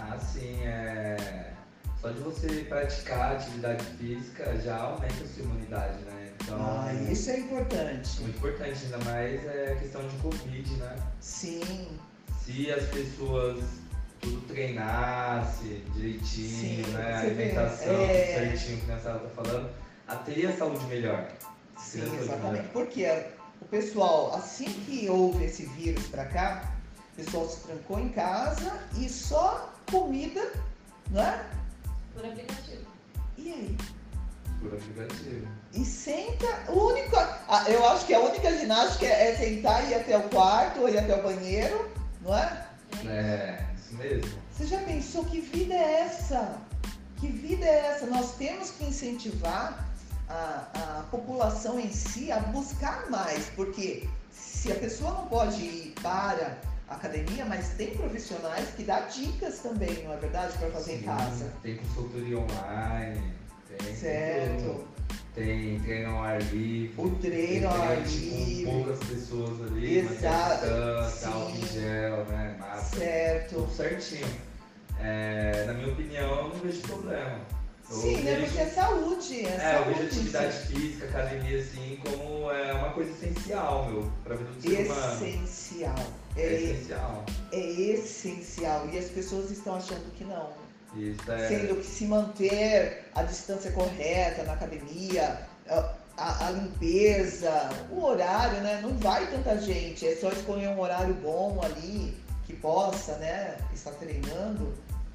Speaker 2: ah, sim, é. Só de você praticar atividade física já aumenta a sua imunidade, né? Então,
Speaker 1: Ah, isso é
Speaker 2: é
Speaker 1: importante.
Speaker 2: muito importante, ainda mais é questão de Covid, né?
Speaker 1: Sim,
Speaker 2: se as pessoas tudo treinasse direitinho,
Speaker 1: Sim,
Speaker 2: né? A
Speaker 1: você vê,
Speaker 2: alimentação
Speaker 1: é.
Speaker 2: certinho, que a Sara tá falando, ela teria saúde melhor.
Speaker 1: sim,
Speaker 2: Grande coisa,
Speaker 1: exatamente. Porque é, o pessoal, assim que houve esse vírus para cá, o pessoal se trancou em casa e só comida, né?
Speaker 3: Por aplicativo.
Speaker 1: E aí?
Speaker 2: Por aplicativo.
Speaker 1: E senta, o único, ah, eu acho que a única ginástica é, é sentar e ir até o quarto ou ir até o banheiro, não é?
Speaker 3: Né?
Speaker 2: É, isso mesmo.
Speaker 1: Você já pensou que vida é essa? Que vida é essa? Nós temos que incentivar a, a população em si a buscar mais, porque se a pessoa não pode ir para a academia, mas tem profissionais que dá dicas também, não é verdade? Para fazer em
Speaker 2: Sim,
Speaker 1: casa.
Speaker 2: Tem consultoria online, tem. tem tudo.
Speaker 1: Certo.
Speaker 2: Tem treino ao ar livre.
Speaker 1: O treino ao ar
Speaker 2: tem, tipo,
Speaker 1: livre.
Speaker 2: poucas pessoas ali, mas tem
Speaker 1: Exato,
Speaker 2: distância, álcool em
Speaker 1: sim.
Speaker 2: gel, né? Máscara.
Speaker 1: Certo.
Speaker 2: Tudo certinho. É, na minha opinião, eu não vejo problema. Eu
Speaker 1: Sim, né?
Speaker 2: vejo-
Speaker 1: Porque é saúde, é,
Speaker 2: É, eu
Speaker 1: saúde.
Speaker 2: vejo atividade física, academia, assim, como é uma coisa essencial, meu, pra vida do ser humano.
Speaker 1: Essencial.
Speaker 2: É
Speaker 1: É,
Speaker 2: essencial.
Speaker 1: é essencial. E as pessoas estão achando que não.
Speaker 2: Isso é.
Speaker 1: Sendo que se manter a distância correta na academia, a- a, a limpeza, o horário, né? Não vai tanta gente. É só escolher um horário bom ali, que possa, né? Estar treinando.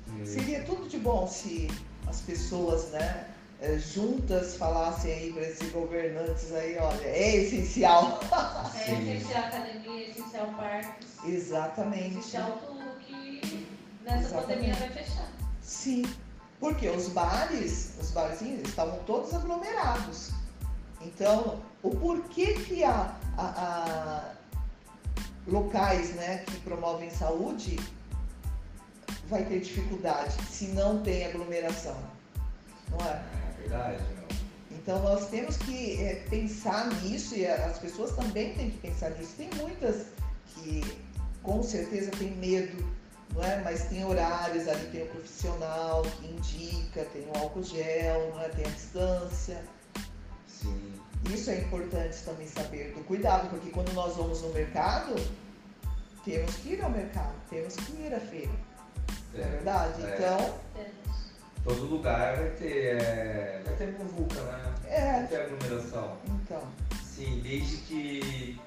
Speaker 2: um
Speaker 1: Seria tudo de bom se as pessoas, né, eh, juntas falassem aí para esses governantes aí, olha, é essencial.
Speaker 3: É essencial academia, é essencial parques,
Speaker 1: Exatamente.
Speaker 3: essencial é tudo que nessa
Speaker 1: Exatamente.
Speaker 3: pandemia vai fechar.
Speaker 1: Sim. Porque os bares, os barzinhos estavam todos aglomerados. Então, o porquê que há a- a- locais né, que promovem saúde vai ter dificuldade se não tem aglomeração, não é?
Speaker 2: É verdade, meu.
Speaker 1: Então nós temos que é, pensar nisso e a- as pessoas também têm que pensar nisso. Tem muitas que com certeza têm medo, não é? Mas tem horários ali, tem o profissional que indica, tem o álcool gel, não é? tem a distância.
Speaker 2: Sim.
Speaker 1: Isso é importante também saber do cuidado, porque quando nós vamos no mercado, temos que ir ao mercado, temos que ir à feira, não é
Speaker 2: É.
Speaker 1: verdade?
Speaker 2: É.
Speaker 1: Então,
Speaker 3: Temos.
Speaker 2: Todo lugar vai ter. é, Vai ter muvuca, né?
Speaker 1: é,
Speaker 2: Vai ter aglomeração.
Speaker 1: então,
Speaker 2: Sim, desde que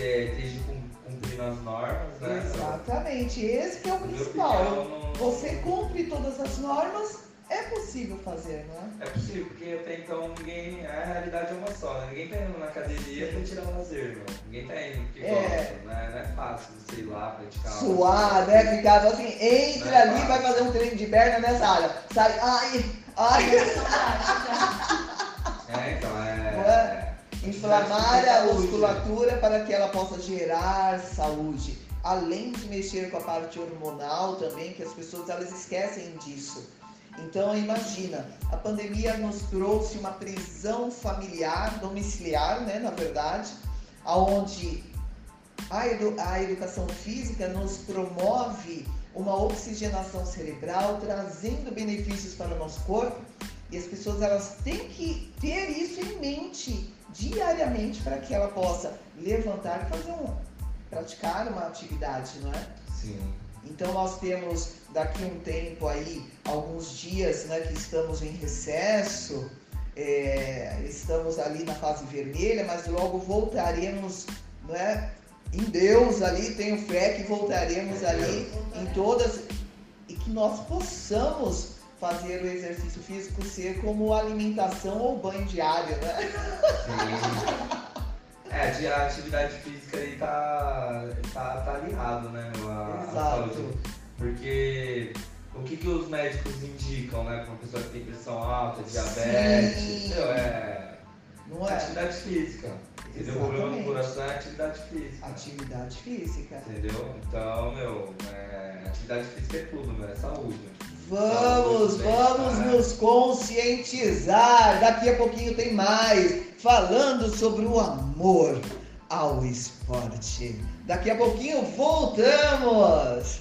Speaker 2: é, esteja cum- cumprindo as normas, né?
Speaker 1: exatamente. Esse que é o
Speaker 2: Na minha
Speaker 1: principal.
Speaker 2: opinião, não-
Speaker 1: Você cumpre todas as normas, é possível fazer, não é?
Speaker 2: É possível, porque até então ninguém. A realidade é uma só, né? Ninguém tá indo na academia pra tirar um lazer, mano. Ninguém tá indo porque
Speaker 1: É.
Speaker 2: gosta, né? Não é fácil você ir lá praticar. uma-
Speaker 1: Suar, né? Ficar assim, entra
Speaker 2: Não é
Speaker 1: ali,
Speaker 2: fácil.
Speaker 1: vai fazer um treino de perna nessa área. Sai, ai, ai,
Speaker 3: Saudade,
Speaker 2: É, então,
Speaker 1: Não
Speaker 2: é.
Speaker 1: é? inflamar a
Speaker 2: Saúde.
Speaker 1: musculatura para que ela possa gerar saúde. Além de mexer com a parte hormonal também, que as pessoas elas esquecem disso. Então imagina, a pandemia nos trouxe uma prisão familiar, domiciliar, né, na verdade, aonde a, edu- a educação física nos promove uma oxigenação cerebral, trazendo benefícios para o nosso corpo. E as pessoas elas têm que ter isso em mente diariamente para que ela possa levantar e fazer um, praticar uma atividade, não é?
Speaker 2: Sim.
Speaker 1: Então nós temos daqui um tempo aí, alguns dias né, que estamos em recesso, é, estamos ali na fase vermelha, mas logo voltaremos, né, em Deus ali, tenho fé que voltaremos ali em
Speaker 3: Voltaremos.
Speaker 1: todas e que nós possamos fazer o exercício físico ser como alimentação ou banho diário, né?
Speaker 2: Sim. É, de- a atividade física aí tá, tá, tá alinhado, né? meu, A, a saúde. Porque o que, que os médicos indicam, né? Pra uma pessoa que tem pressão alta, diabetes,
Speaker 1: Sim.
Speaker 2: entendeu? É
Speaker 1: Não é?
Speaker 2: atividade física. Entendeu? O um problema do
Speaker 1: Exatamente.
Speaker 2: coração é atividade física.
Speaker 1: Atividade física.
Speaker 2: Entendeu? Então, meu, é, atividade física é tudo, meu, é saúde.
Speaker 1: Vamos,
Speaker 2: Saúde,
Speaker 1: vamos
Speaker 2: bem-estar.
Speaker 1: nos conscientizar. Daqui a pouquinho tem mais falando sobre o amor ao esporte. Daqui a pouquinho voltamos.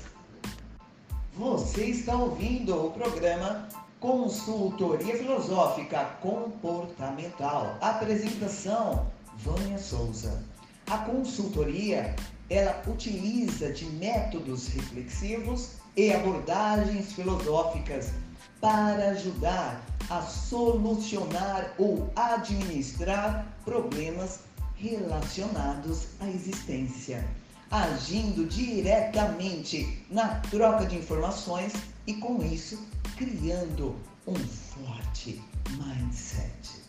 Speaker 1: Você está ouvindo o programa Consultoria Filosófica Comportamental. Apresentação: Vânia Souza. A consultoria ela utiliza de métodos reflexivos e abordagens filosóficas para ajudar a solucionar ou administrar problemas relacionados à existência, agindo diretamente na troca de informações e, com isso, criando um forte mindset.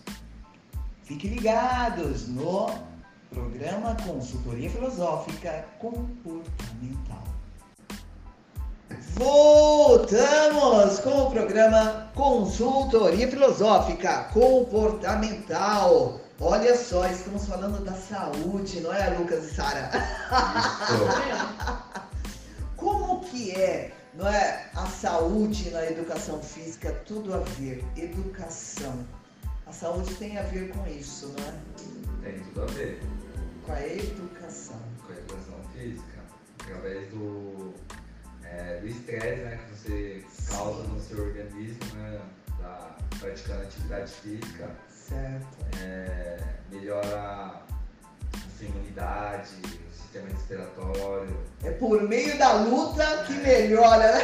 Speaker 1: Fique ligados no programa Consultoria Filosófica Comportamental. Voltamos com o programa Consultoria Filosófica Comportamental. Olha só, estamos falando da saúde, não é, Lucas e Sara? Ah.
Speaker 2: Isso.
Speaker 3: já.
Speaker 1: Como que é, não é, a saúde na educação física? Tudo a ver, educação. A saúde tem a ver com isso, não é?
Speaker 2: Tem tudo a ver.
Speaker 1: Com a educação.
Speaker 2: com a educação física, através eh, do é, do estresse né, que você causa no seu organismo, né, tá praticando atividade física,
Speaker 1: Certo.
Speaker 2: é, melhora a sua imunidade, o sistema respiratório,
Speaker 1: É por meio da luta que melhora, né?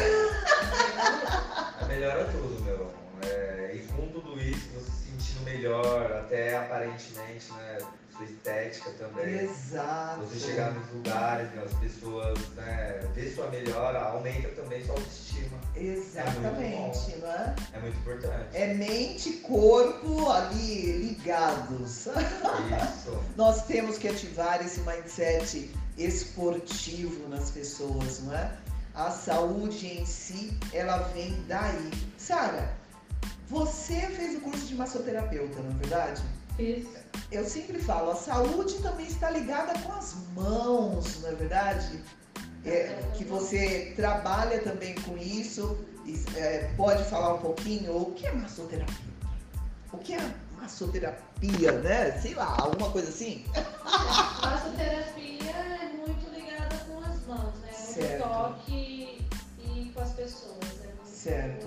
Speaker 2: é, melhora tudo, meu. É, e com tudo isso, você se sentindo melhor, até aparentemente, né? Sua estética também.
Speaker 1: Exato.
Speaker 2: Você chegar nos lugares, né, as pessoas né, ver sua melhora, aumenta também sua autoestima.
Speaker 1: Exatamente, não é?
Speaker 2: É muito importante.
Speaker 1: É mente e corpo ali ligados.
Speaker 2: Isso.
Speaker 1: Nós temos que ativar esse mindset esportivo nas pessoas, não é? A saúde em si, ela vem daí. Sara, você fez o curso de massoterapeuta, não é verdade?
Speaker 3: Isso.
Speaker 1: Eu sempre falo, a saúde também está ligada com as mãos, não é verdade? É, que você trabalha também com isso, e, é, pode falar um pouquinho o que é massoterapia? O que é massoterapia, né? Sei lá, alguma coisa assim?
Speaker 3: Nossa terapia é muito ligada com as mãos, né?
Speaker 1: Certo.
Speaker 3: O toque e com as pessoas. É muito
Speaker 1: Certo.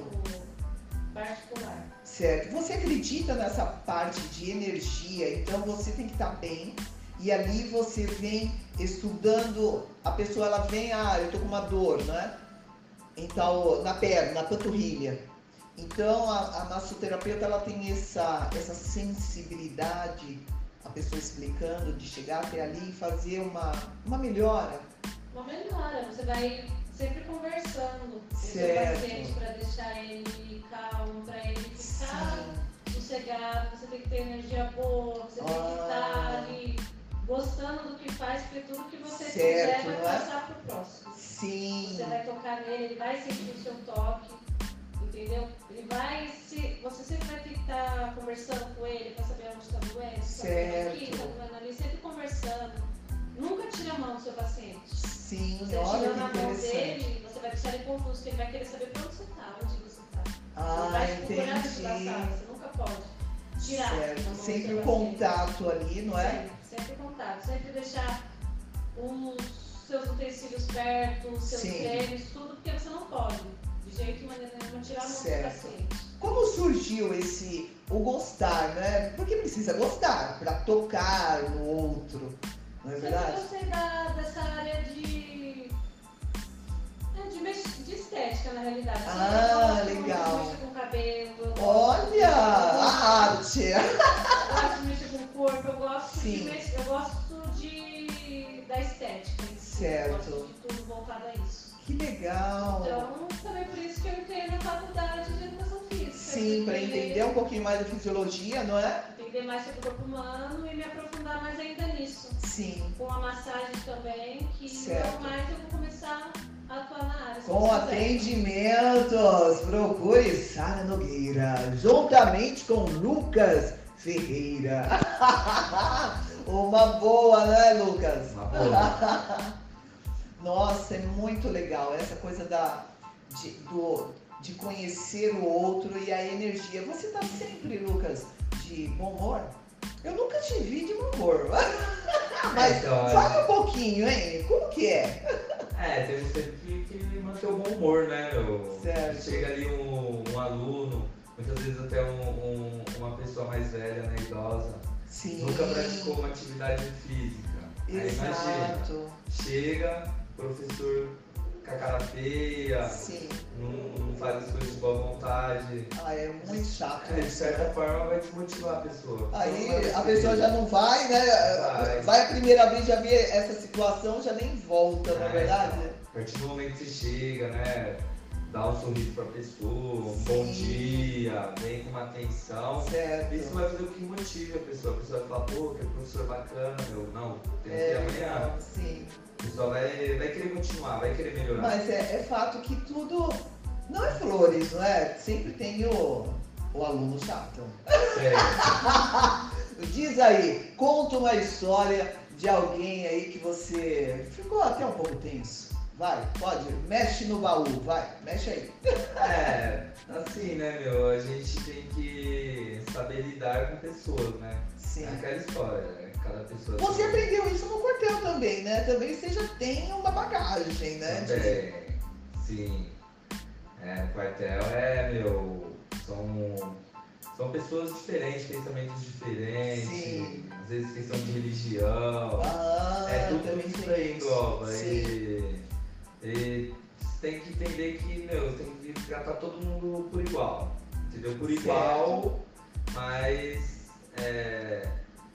Speaker 3: particular.
Speaker 1: Certo. Você acredita nessa parte de energia, então você tem que estar bem. E ali você vem estudando, a pessoa ela vem, ah, eu tô com uma dor, né? Então, na perna, na panturrilha. Então a, a massoterapeuta ela tem essa, essa sensibilidade, a pessoa explicando, de chegar até ali e fazer uma, uma melhora.
Speaker 3: Uma melhora, você vai sempre conversando com o seu
Speaker 1: Certo.
Speaker 3: paciente para deixar ele calmo, para ele ficar sossegado, você tem que ter energia boa, você tem que
Speaker 1: Ah.
Speaker 3: estar ali gostando do que faz, porque tudo que você
Speaker 1: Certo,
Speaker 3: fizer vai
Speaker 1: não é?
Speaker 3: passar pro próximo.
Speaker 1: Sim.
Speaker 3: Você vai tocar nele, ele vai sentir o seu toque, entendeu? Ele vai se. Você sempre vai ter que estar conversando com ele para saber onde está doendo, se tá doendo aqui,
Speaker 1: Certo.
Speaker 3: tá doendo ali, sempre conversando. Nunca tira a mão do seu paciente.
Speaker 1: Sim,
Speaker 3: Você
Speaker 1: olha
Speaker 3: tirando
Speaker 1: que
Speaker 3: a mão
Speaker 1: interessante.
Speaker 3: dele, você vai deixar ele confuso, porque ele vai querer saber pra onde você tá, onde você tá.
Speaker 1: Ah,
Speaker 3: ele vai te procurar dentro da sala,
Speaker 1: entendi.
Speaker 3: você nunca pode tirar. a mão
Speaker 1: Certo,
Speaker 3: do
Speaker 1: É, sempre
Speaker 3: seu
Speaker 1: o
Speaker 3: paciente.
Speaker 1: contato ali, não é?
Speaker 3: Sempre, sempre contato, sempre deixar os seus utensílios perto, os seus
Speaker 1: Sim.
Speaker 3: tênis, tudo, porque você não pode. De jeito maneira nenhuma tirar a mão
Speaker 1: Certo.
Speaker 3: do paciente.
Speaker 1: Como surgiu esse o gostar, né? Porque precisa gostar para tocar no outro, não é
Speaker 3: Sempre
Speaker 1: verdade?
Speaker 3: gostei da, dessa área de. é, de, mex- de estética, na realidade. Assim,
Speaker 1: Ah,
Speaker 3: eu gosto muito de
Speaker 1: legal.
Speaker 3: mexer com o cabelo. eu gosto-
Speaker 1: Olha a arte,
Speaker 3: Eu gosto de mexer com o corpo, eu gosto
Speaker 1: Sim.
Speaker 3: de mexer, eu gosto de da estética. em si, Eu
Speaker 1: Certo.
Speaker 3: gosto de tudo voltado a isso.
Speaker 1: que legal.
Speaker 3: Então, também por isso que eu entrei na faculdade de educação física.
Speaker 1: Sim, para entender um pouquinho mais da fisiologia, não é?
Speaker 3: Entender mais sobre o corpo humano e me aprofundar mais ainda nisso.
Speaker 1: Sim.
Speaker 3: Com a massagem também, que
Speaker 1: Certo.
Speaker 3: logo mais eu vou começar a atuar na área. se
Speaker 1: Com
Speaker 3: Deus quiser.
Speaker 1: atendimentos, procure Sara Nogueira, juntamente com Lucas Ferreira. [LAUGHS] Uma boa, né, Lucas?
Speaker 2: Uma boa.
Speaker 1: Nossa, é muito legal essa coisa da, de, do- de conhecer o outro e a energia. Você tá sempre, Lucas, de bom humor? Eu nunca te vi de bom humor. [LAUGHS] [LAUGHS] Mas
Speaker 2: Então,
Speaker 1: fala um pouquinho, hein? Como que é?
Speaker 2: É, temos sempre que, que manter o bom humor, né, meu?
Speaker 1: Certo.
Speaker 2: Chega ali um, um aluno, muitas vezes até um- um- uma pessoa mais velha, né, idosa,
Speaker 1: Sim.
Speaker 2: nunca praticou uma atividade física. Aí imagina,
Speaker 1: Exato.
Speaker 2: chega, professor com a cara feia,
Speaker 1: Sim.
Speaker 2: não, não faz as coisas de boa vontade.
Speaker 1: Ah, é muito chato
Speaker 2: É, de
Speaker 1: isso.
Speaker 2: certa forma vai desmotivar a pessoa.
Speaker 1: Aí a pessoa já não vai, né?
Speaker 2: Vai.
Speaker 1: Vai a primeira vez, já vê essa situação, já nem volta, na
Speaker 2: É.
Speaker 1: verdade.
Speaker 2: A partir do momento que você chega, né? Dá um sorriso pra pessoa, um bom
Speaker 1: Sim.
Speaker 2: dia, vem com uma atenção. Isso
Speaker 1: Certo.
Speaker 2: vai fazer o que motive a pessoa. A pessoa vai falar, pô, que professor bacana, meu. Não, tem
Speaker 1: É,
Speaker 2: que ir amanhã.
Speaker 1: Sim.
Speaker 2: A pessoa vai, vai querer continuar, vai querer melhorar.
Speaker 1: Mas é, é fato que tudo não é flores, não é? Sempre tem o, o aluno chato.
Speaker 2: Sério.
Speaker 1: Diz aí, conta uma história de alguém aí que você ficou até um pouco tenso. Vai, pode, mexe no baú, vai, mexe aí.
Speaker 2: É, assim, né, meu? A gente tem que saber lidar com pessoas, né?
Speaker 1: Sim.
Speaker 2: É aquela história, né? Cada pessoa.
Speaker 1: Você aprendeu isso no quartel também, né? Também você já tem uma bagagem, né? De-
Speaker 2: Também, sim. É, o quartel é, meu, São, são pessoas diferentes, pensamentos diferentes.
Speaker 1: Sim.
Speaker 2: Às vezes questão de religião.
Speaker 1: Ah,
Speaker 2: é
Speaker 1: também
Speaker 2: tudo isso daí
Speaker 1: tem
Speaker 2: engloba.
Speaker 1: Sim.
Speaker 2: E, e você tem que entender que, meu, tem que tratar todo mundo por igual. Entendeu? Por igual, mas é,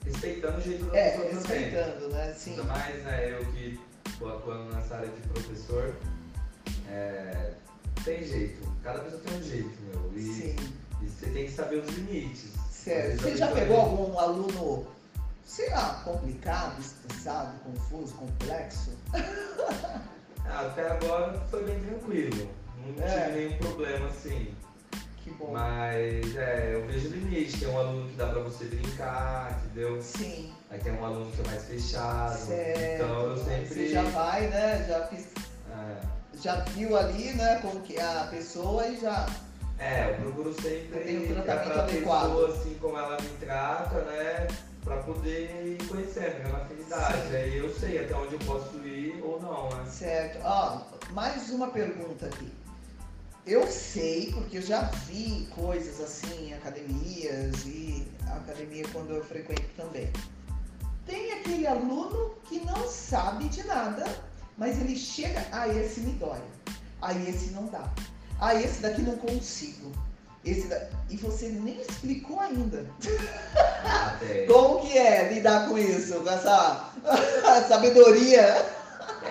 Speaker 2: respeitando o jeito da
Speaker 1: É,
Speaker 2: pessoa também.
Speaker 1: respeitando, né? Sim.
Speaker 2: Ainda mais né, eu que tô atuando nessa área de professor, é, tem jeito, cada pessoa tem um jeito, meu. E,
Speaker 1: Sim.
Speaker 2: e você tem que saber os limites.
Speaker 1: Certo.
Speaker 2: Às vezes a
Speaker 1: Você já
Speaker 2: pessoa-
Speaker 1: pegou algum aluno, sei lá, complicado, estressado, confuso, complexo?
Speaker 2: Ah, até agora foi bem tranquilo. Não
Speaker 1: É.
Speaker 2: tive nenhum problema assim.
Speaker 1: Que bom.
Speaker 2: Mas é, eu vejo limite, tem um aluno que dá pra você brincar, entendeu?
Speaker 1: Sim,
Speaker 2: Aí tem um aluno que é mais
Speaker 1: Ah,
Speaker 2: fechado.
Speaker 1: certo.
Speaker 2: Então eu sempre.
Speaker 1: Você já vai, né? Já, fiz-
Speaker 2: É,
Speaker 1: já viu ali, né, como que é a pessoa e já.
Speaker 2: É, eu procuro
Speaker 1: Eu tenho um
Speaker 2: sempre
Speaker 1: tratamento
Speaker 2: tratar a
Speaker 1: adequado.
Speaker 2: pessoa assim como ela me trata, né? Pra poder ir conhecendo, é uma afinidade.
Speaker 1: Sim.
Speaker 2: Aí eu sei até onde eu posso ir ou não, né?
Speaker 1: Certo. Ó, mais uma pergunta aqui. Eu sei, porque eu já vi coisas assim, em academias e a academia quando eu frequento também. Tem aquele aluno que não sabe de nada, mas ele chega, ah, esse me dói. Ah, esse não dá. Ah, esse daqui não consigo. Esse da... E você nem explicou ainda. Ah,
Speaker 2: Até.
Speaker 1: Como que é lidar com isso, com essa [LAUGHS] sabedoria?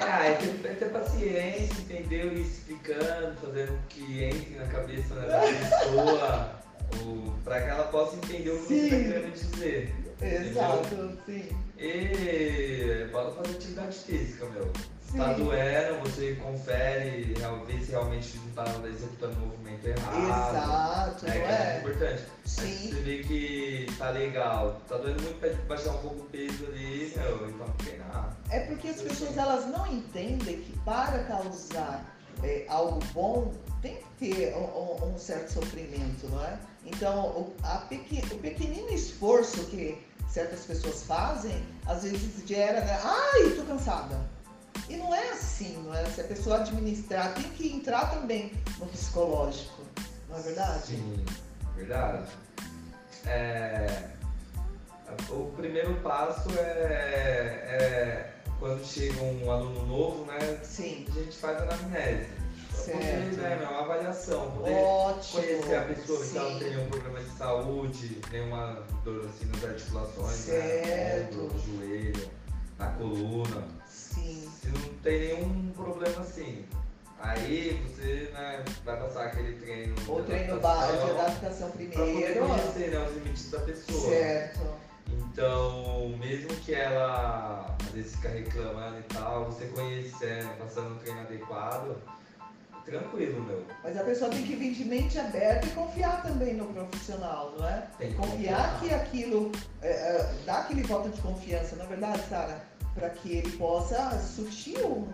Speaker 2: É, aí tem que ter paciência, entendeu? E explicando, fazendo com que entre na cabeça né, da pessoa, [LAUGHS] o- pra que ela possa entender o que você tá
Speaker 1: Sim.
Speaker 2: querendo dizer.
Speaker 1: Exato, sim.
Speaker 2: E bora fazer atividade física, meu.
Speaker 1: Sim.
Speaker 2: Tá doendo, você confere, real- vê se realmente não tá executando o movimento errado.
Speaker 1: Exato,
Speaker 2: né, que é
Speaker 1: é.
Speaker 2: muito importante. Aí
Speaker 1: Sim,
Speaker 2: Você vê que tá legal, tá doendo muito pra baixar um pouco o peso ali, meu, então treinar.
Speaker 1: é porque as pessoas elas não entendem que para causar é, algo bom tem que ter um, um- um certo sofrimento, não é? Então, o, a pequi- o pequenino esforço que certas pessoas fazem, às vezes gera, né? Ai, tô cansada. E não é assim, não é? Se a pessoa administrar, tem que entrar também no psicológico, não é verdade?
Speaker 2: Sim, verdade. É, o primeiro passo é, é quando chega um aluno novo, né?
Speaker 1: Sim.
Speaker 2: A gente faz a anamnese. Pra poder,
Speaker 1: Certo.
Speaker 2: né, meu, uma avaliação, poder
Speaker 1: Ótimo.
Speaker 2: conhecer a pessoa se ela
Speaker 1: Sim.
Speaker 2: não tem nenhum um problema de saúde, nenhuma dor assim nas articulações, né?
Speaker 1: Certo.
Speaker 2: no ombro, no joelho, na coluna.
Speaker 1: Sim.
Speaker 2: Se não tem nenhum problema assim, aí você né, vai passar aquele treino.
Speaker 1: O
Speaker 2: de
Speaker 1: treino base
Speaker 2: adaptação
Speaker 1: de adaptação
Speaker 2: Tá Pra poder
Speaker 1: primeiro.
Speaker 2: conhecer né, os limites da pessoa.
Speaker 1: Certo.
Speaker 2: Então, mesmo que ela às vezes fica reclamando e tal, você conhecendo, passando um treino adequado, tranquilo, meu.
Speaker 1: Mas a pessoa tem que vir de mente aberta e confiar também no profissional, não é?
Speaker 2: Tem que
Speaker 1: Confiar que aquilo é, é, dá aquele voto de confiança, não é verdade, Sara? Para que ele possa surtir um-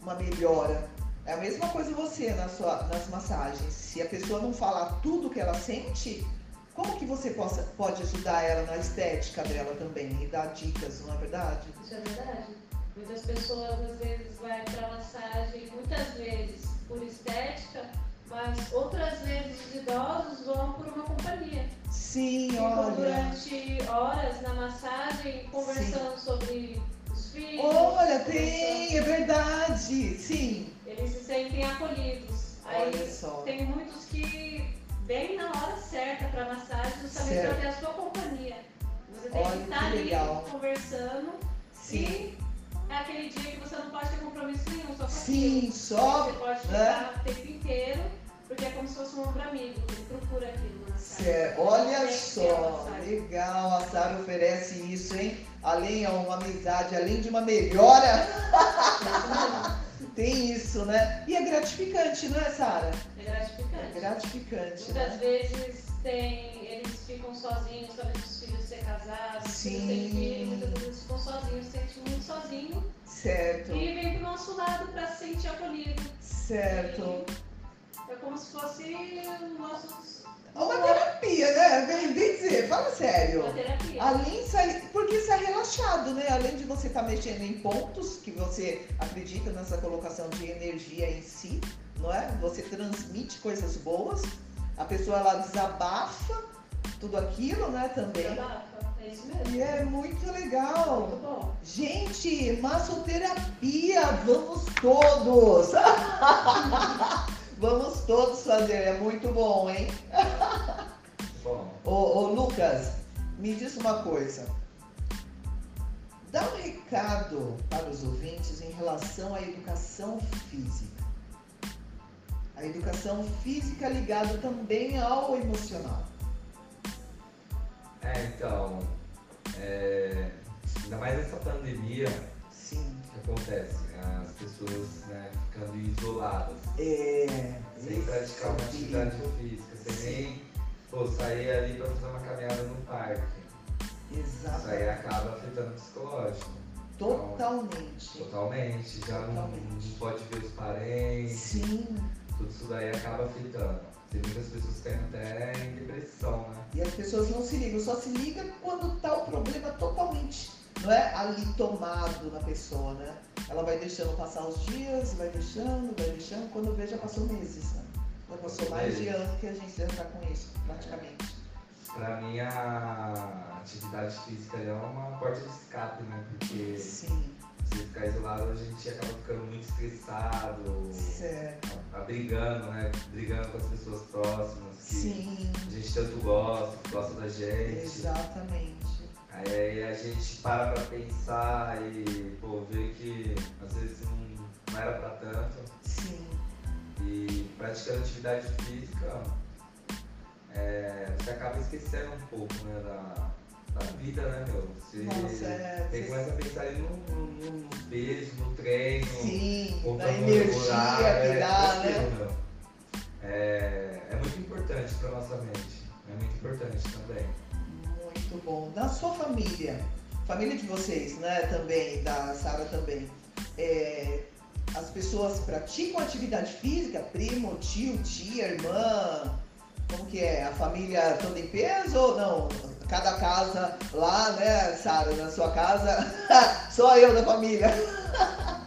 Speaker 1: uma melhora. É a mesma coisa você na sua- nas massagens. Se a pessoa não falar tudo que ela sente, como que você possa, pode ajudar ela na estética dela também e dar dicas, não é verdade?
Speaker 3: Isso é verdade. Muitas pessoas às vezes vai para massagem, muitas vezes por estética, mas outras vezes os idosos vão por uma companhia.
Speaker 1: Sim,
Speaker 3: Ficam
Speaker 1: olha.
Speaker 3: durante horas na massagem conversando sobre os filhos.
Speaker 1: Olha,
Speaker 3: conversando-
Speaker 1: tem, é verdade. Sim.
Speaker 3: Eles se sentem acolhidos.
Speaker 1: Olha
Speaker 3: Aí
Speaker 1: só.
Speaker 3: tem muitos que vêm na hora certa para massagem justamente
Speaker 1: Certo.
Speaker 3: para ter a sua companhia. Você tem
Speaker 1: Olha
Speaker 3: que
Speaker 1: que
Speaker 3: estar ali
Speaker 1: legal.
Speaker 3: conversando.
Speaker 1: Sim.
Speaker 3: E é aquele dia que você não pode ter compromisso nenhum, só com
Speaker 1: Sim,
Speaker 3: aquilo.
Speaker 1: só,
Speaker 3: Você
Speaker 1: né?
Speaker 3: pode ficar o tempo inteiro, porque é como se fosse um ombro amigo, ele procura aquilo na
Speaker 1: Certo. Olha só, legal, a Sara oferece isso, hein? Além de uma amizade, além de uma melhora, tem isso, né? E é gratificante, não é, Sara?
Speaker 3: É
Speaker 1: É
Speaker 3: gratificante.
Speaker 1: gratificante,
Speaker 3: Muitas
Speaker 1: né?
Speaker 3: vezes tem, eles ficam sozinhos, talvez os filhos ser casados, os filhos
Speaker 1: Sim.
Speaker 3: sem filho, muitas vezes eles ficam sozinhos, se sentem muito sozinhos
Speaker 1: Certo,
Speaker 3: e vem pro nosso lado para se sentir acolhido.
Speaker 1: certo.
Speaker 3: E É como se fosse os nossos
Speaker 1: É uma terapia, né? Vem dizer, fala sério.
Speaker 3: uma terapia.
Speaker 1: Além de sair, porque isso é relaxado, né? Além de você estar mexendo em pontos que você acredita nessa colocação de energia em si, não é? Você transmite coisas boas. a pessoa ela desabafa tudo aquilo, né, também.
Speaker 3: Trabalho, É isso mesmo.
Speaker 1: E é muito legal.
Speaker 3: Muito bom.
Speaker 1: Gente, massoterapia, vamos todos! [LAUGHS] vamos todos fazer, é muito bom, hein?
Speaker 2: Bom,
Speaker 1: Ô, ô, Lucas, me diz uma coisa. Dá um recado para os ouvintes em relação à educação física. A educação física ligada também ao emocional.
Speaker 2: é, então. é, ainda mais essa pandemia, o
Speaker 1: Sim.
Speaker 2: que acontece? As pessoas né, ficando isoladas,
Speaker 1: É.
Speaker 2: sem praticar uma
Speaker 1: isso. é
Speaker 2: atividade física, sem nem pô, sair ali pra fazer uma caminhada no parque. Isso aí
Speaker 1: Exatamente.
Speaker 2: acaba afetando o psicológico.
Speaker 1: Totalmente.
Speaker 2: Totalmente. Já não,
Speaker 1: Totalmente.
Speaker 2: não pode ver os parentes,
Speaker 1: Sim.
Speaker 2: tudo isso daí acaba afetando. Tem muitas pessoas que têm até em depressão, né?
Speaker 1: E as pessoas não se ligam, só se ligam quando tá o problema totalmente, não é? Ali tomado na pessoa, né? Ela vai deixando passar os dias, vai deixando, vai deixando, quando vê já passou meses, né? Já
Speaker 2: É
Speaker 1: passou mais de ano que a gente já tá com isso, praticamente.
Speaker 2: Pra mim a atividade física é uma porta de escape, né? Porque se
Speaker 1: Sim,
Speaker 2: você ficar isolado a gente acaba ficando muito estressado,
Speaker 1: certo.
Speaker 2: tá brigando, né? Brigando com as pessoas próximas, que
Speaker 1: Sim,
Speaker 2: a gente tanto gosta, que gosta da gente.
Speaker 1: exatamente.
Speaker 2: Aí a gente para pra pensar e pô, vê que às vezes não, não era pra tanto.
Speaker 1: Sim,
Speaker 2: E praticando atividade física, é, você acaba esquecendo um pouco né, da, da vida, né, meu? Você,
Speaker 1: nossa, é.
Speaker 2: você começa a pensar ali no, no, no- no beijo, no treino,
Speaker 1: Sim,
Speaker 2: conta
Speaker 1: da
Speaker 2: no
Speaker 1: energia
Speaker 2: um horário,
Speaker 1: que dá,
Speaker 2: é,
Speaker 1: né?
Speaker 2: tudo, meu. É, é muito importante pra nossa mente. É muito importante também.
Speaker 1: Muito bom. Da sua família, família de vocês, né? Também, da Sara também. é, as pessoas praticam atividade física? Primo, tio, tia, irmã? Como que é? A família toda em peso ou não? Cada casa lá, né, Sara, na sua casa, [LAUGHS] só eu da família.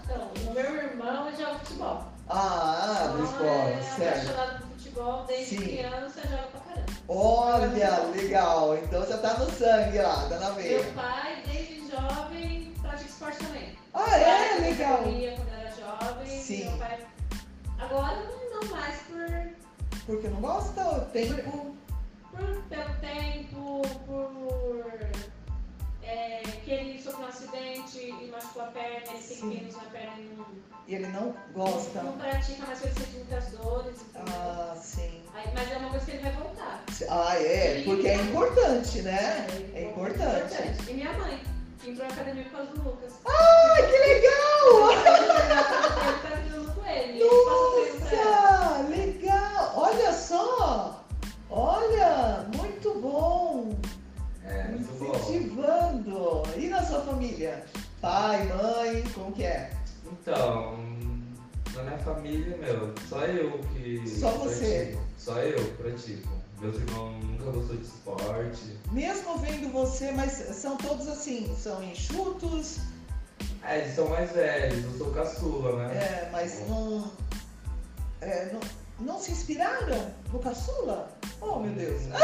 Speaker 3: Então, o meu irmão é joga futebol.
Speaker 1: Ah, do esporte,
Speaker 3: é
Speaker 1: certo.
Speaker 3: apaixonado por futebol, desde
Speaker 1: Sim.
Speaker 3: criança joga pra caramba.
Speaker 1: Olha, legal. Então você tá no sangue lá, tá na veia.
Speaker 3: Meu pai, desde jovem, pratica esporte também.
Speaker 1: Ah, é? Legal.
Speaker 3: Corria quando era jovem.
Speaker 1: Sim.
Speaker 3: Meu pai... Agora não, não mais por,
Speaker 1: Porque não gosta? o Tempo.
Speaker 3: por, pelo tempo, por é, que ele sofreu um acidente e machucou a perna, ele tem
Speaker 1: Sim.
Speaker 3: pinos na perna e não,
Speaker 1: E ele não
Speaker 3: não
Speaker 1: gosta.
Speaker 3: pratica mais, porque ele sente muitas dores. e tudo.
Speaker 1: Ah, sim.
Speaker 3: Aí, mas é uma coisa que ele vai voltar.
Speaker 1: Ah, é, porque é importante, né? É importante. Ah,
Speaker 3: E minha mãe, que entrou na academia por causa do Lucas.
Speaker 1: Ai, que legal!
Speaker 3: Eu tava treinando com ele. Eu faço treino pra ela.
Speaker 1: Nossa, legal! Olha só! Olha, muito bom!
Speaker 2: É muito bom.
Speaker 1: Incentivando! E na sua família? Pai, mãe, como que é?
Speaker 2: Então, na minha família, meu, só eu que.
Speaker 1: Só você.
Speaker 2: pratico. Só eu que pratico. Meus irmãos nunca gostou de esporte.
Speaker 1: Mesmo vendo você, mas são todos assim, são enxutos,
Speaker 2: É, eles são mais velhos, eu sou caçula, né?
Speaker 1: é, mas não, é, não. Não se inspiraram no caçula? Oh, meu Deus! Santo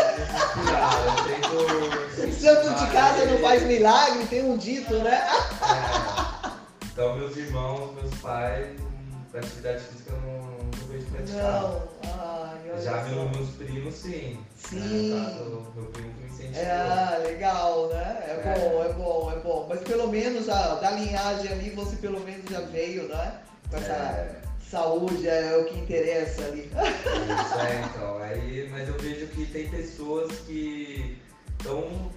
Speaker 1: de casa
Speaker 2: né?
Speaker 1: não faz milagre, tem um dito, né?
Speaker 2: Então, meus irmãos, meus pais, hum, pra atividade física eu não, não vejo praticar.
Speaker 1: Não. Ai, olha
Speaker 2: Já
Speaker 1: só.
Speaker 2: meu, meus primos, sim. Né, tá?
Speaker 1: Sim.
Speaker 2: Meu- Meu primo que me incentivou.
Speaker 1: É, ah, legal, né? É,
Speaker 2: É.
Speaker 1: bom, é bom, é bom. Mas pelo menos a, da linhagem ali, você pelo menos já veio, né? Com essa
Speaker 2: É.
Speaker 1: saúde, é o que interessa ali.
Speaker 2: Isso, é, então. Aí, mas eu vejo que tem pessoas que estão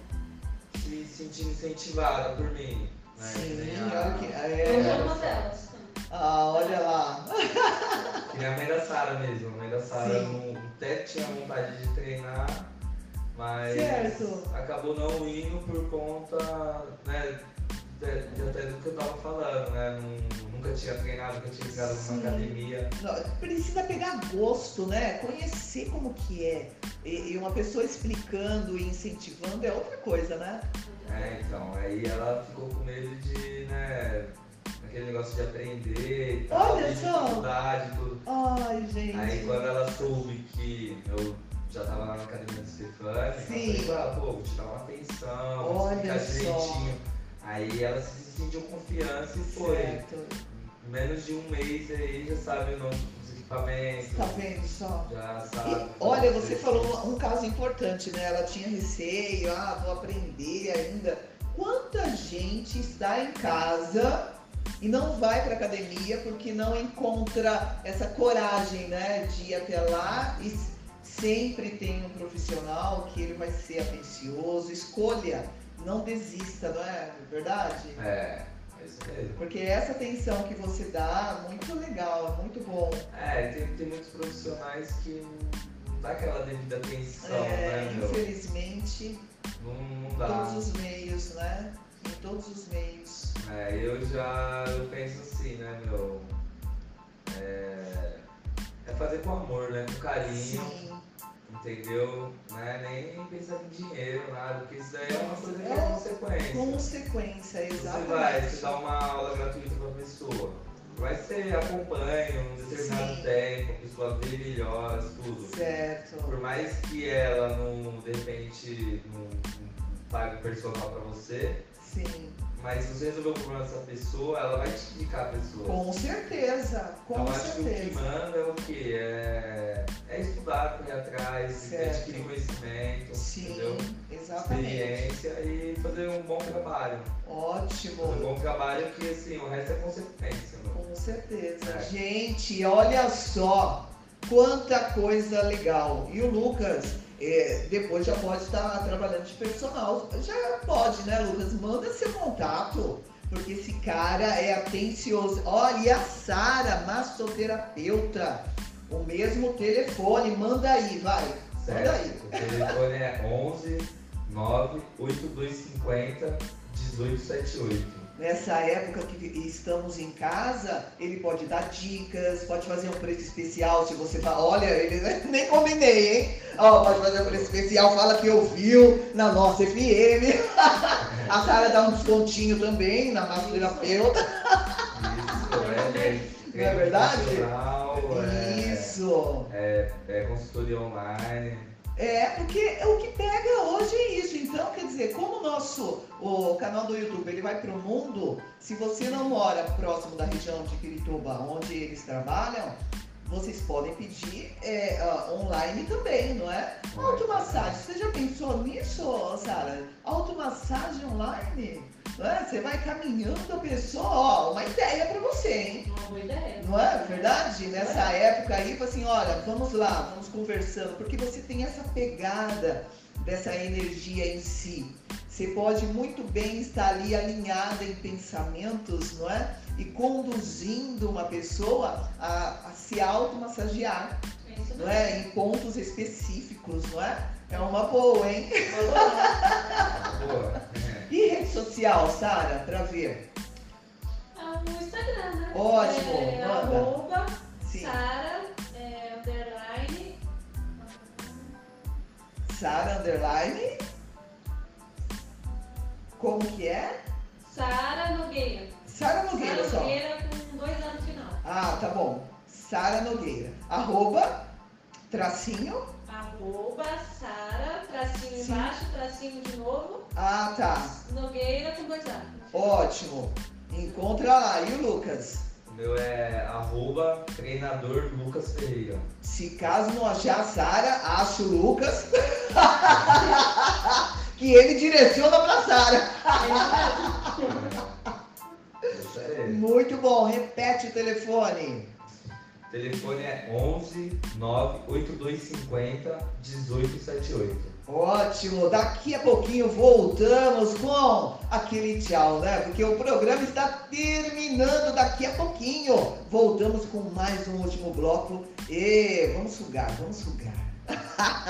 Speaker 2: se sentindo incentivadas por mim. Né? Que
Speaker 1: Ah, Sim,
Speaker 2: nem
Speaker 1: olha
Speaker 2: a,
Speaker 1: que-
Speaker 3: Eu
Speaker 1: é.
Speaker 3: sou uma delas.
Speaker 1: Ah, olha lá.
Speaker 2: que nem a mãe da Sara mesmo. A mãe da Sara
Speaker 1: Sim.
Speaker 2: não- até tinha vontade de treinar, mas
Speaker 1: Certo.
Speaker 2: acabou não indo por conta, né? De, de até do que eu tava falando, né? Nun- nunca tinha treinado, nunca tinha ficado
Speaker 1: Sim.
Speaker 2: numa academia.
Speaker 1: Não, Precisa pegar gosto, né? Conhecer como que é. E, e uma pessoa explicando e incentivando é outra coisa, né?
Speaker 2: É, então, aí ela ficou com medo de, né, aquele negócio de aprender e tal,
Speaker 1: Olha
Speaker 2: de
Speaker 1: só.
Speaker 2: dificuldade e tudo.
Speaker 1: Ai, gente.
Speaker 2: Aí quando ela soube que eu já tava lá na academia do Stefani.
Speaker 1: Sim.
Speaker 2: Eu falei, "Ah, pô, vou te dar uma atenção, vou te
Speaker 1: Olha
Speaker 2: explicar
Speaker 1: só.
Speaker 2: direitinho. Aí ela se sentiu confiança e foi.
Speaker 1: Certo.
Speaker 2: Em menos de um mês aí já sabe o nome dos equipamentos.
Speaker 1: Tá vendo só?
Speaker 2: Já
Speaker 1: E,
Speaker 2: sabe.
Speaker 1: olha, você falou um caso importante, né? Ela tinha receio, ah, vou aprender ainda. Quanta gente está em casa e não vai para academia porque não encontra essa coragem, né, de ir até lá e s- sempre tem um profissional que ele vai ser atencioso, escolha, não desista, não é verdade?
Speaker 2: É, é isso mesmo.
Speaker 1: Porque essa atenção que você dá, muito legal, muito bom.
Speaker 2: É, tem, tem muitos profissionais que não dá aquela devida atenção,
Speaker 1: É,
Speaker 2: né, meu? Tá.
Speaker 1: infelizmente,
Speaker 2: Não, não dá.
Speaker 1: todos os meios, né? Em todos os meios.
Speaker 2: É, eu já eu penso assim, né, meu? É, é fazer com amor, né? Com carinho,
Speaker 1: Sim.
Speaker 2: entendeu? Não é nem pensar em dinheiro, nada, porque isso daí é uma coisa que é
Speaker 1: É,
Speaker 2: consequência.
Speaker 1: Consequência,
Speaker 2: Você vai,
Speaker 1: exatamente.
Speaker 2: você dá uma aula gratuita pra pessoa. Vai ser acompanha um determinado
Speaker 1: Sim.
Speaker 2: tempo, a pessoa vê melhor, tudo.
Speaker 1: Certo.
Speaker 2: Por mais que ela não, de repente, não, não pague um personal pra você,
Speaker 1: Sim.
Speaker 2: mas se você resolver o problema dessa pessoa, ela vai te indicar a pessoa.
Speaker 1: Com certeza. Com
Speaker 2: então, acho que o que
Speaker 1: certeza.
Speaker 2: manda é o quê? É, é estudar, correr atrás,
Speaker 1: Certo.
Speaker 2: adquirir conhecimento,
Speaker 1: Sim,
Speaker 2: entendeu? é.
Speaker 1: exatamente.
Speaker 2: Experiência e fazer um bom trabalho. Fazer um
Speaker 1: Ótimo.
Speaker 2: bom trabalho que, assim, o resto é consequência, meu.
Speaker 1: Com certeza.
Speaker 2: É.
Speaker 1: Gente, olha só quanta coisa legal. E o Lucas. é, depois já pode estar trabalhando de personal. Já pode, né, Lucas? Manda seu contato. Porque esse cara é atencioso. Olha a Sara, massoterapeuta. O mesmo telefone, manda aí, vai. Manda aí.
Speaker 2: Certo? O telefone é 11 9 8250 1878.
Speaker 1: Nessa época que estamos em casa, ele pode dar dicas, pode fazer um preço especial. Se você fala, olha, ele [LAUGHS] nem combinei, hein? Ó, pode fazer um preço especial, fala que ouviu na nossa FM. [LAUGHS] a Sara dá um descontinho também na massoterapeuta.
Speaker 2: Isso, é, gente.
Speaker 1: Não é verdade?
Speaker 2: Profissional, é-
Speaker 1: Isso.
Speaker 2: É, é consultoria online.
Speaker 1: É, porque o que pega hoje é isso. Então, quer dizer, como o nosso o canal do YouTube ele vai para o mundo, se você não mora próximo da região de Pirituba, onde eles trabalham, vocês podem pedir é, ah, online também, não é? Automassagem, você já pensou nisso, Sara? Automassagem online? Não é? Você vai caminhando a pessoa, ó, uma ideia para você, hein?
Speaker 3: Uma boa ideia.
Speaker 1: Não é verdade? Nessa época aí, falou assim, olha, vamos lá, vamos conversando, porque você tem essa pegada dessa energia em si. Você pode muito bem estar ali alinhada em pensamentos, não é? E conduzindo uma pessoa a, a se automassagear,
Speaker 3: É isso
Speaker 1: não
Speaker 3: mesmo. [LAUGHS]
Speaker 1: é? Em pontos específicos, não é? É uma boa, hein?
Speaker 2: Boa.
Speaker 1: E rede social, Sara, pra ver?
Speaker 3: Ah, no Instagram, né?
Speaker 1: Ótimo,
Speaker 3: É,
Speaker 1: manda.
Speaker 3: arroba
Speaker 1: Sim.
Speaker 3: Sara, é, underline,
Speaker 1: Sara Underline. Como que é?
Speaker 3: Sara Nogueira.
Speaker 1: Sara Nogueira
Speaker 3: Sara
Speaker 1: só.
Speaker 3: Nogueira com dois anos no final.
Speaker 1: Ah, tá bom. Sara Nogueira. Arroba, tracinho.
Speaker 3: Arroba Sara, tracinho
Speaker 1: Sim.
Speaker 3: embaixo, tracinho de novo,
Speaker 1: Ah, tá.
Speaker 3: Nogueira com dois anos.
Speaker 1: Ótimo. Encontra lá. E o Lucas?
Speaker 2: O meu é arroba treinador Lucas Ferreira.
Speaker 1: Se caso não achar a Sara, acha o Lucas. [LAUGHS] que ele direciona pra Sara.
Speaker 2: Isso aí.
Speaker 1: Muito bom. Repete o telefone.
Speaker 2: O telefone é 11 9 8250 1878.
Speaker 1: Ótimo, daqui a pouquinho voltamos com aquele tchau, né? Porque o programa está terminando daqui a pouquinho. Voltamos com mais um último bloco e vamos sugar, vamos sugar.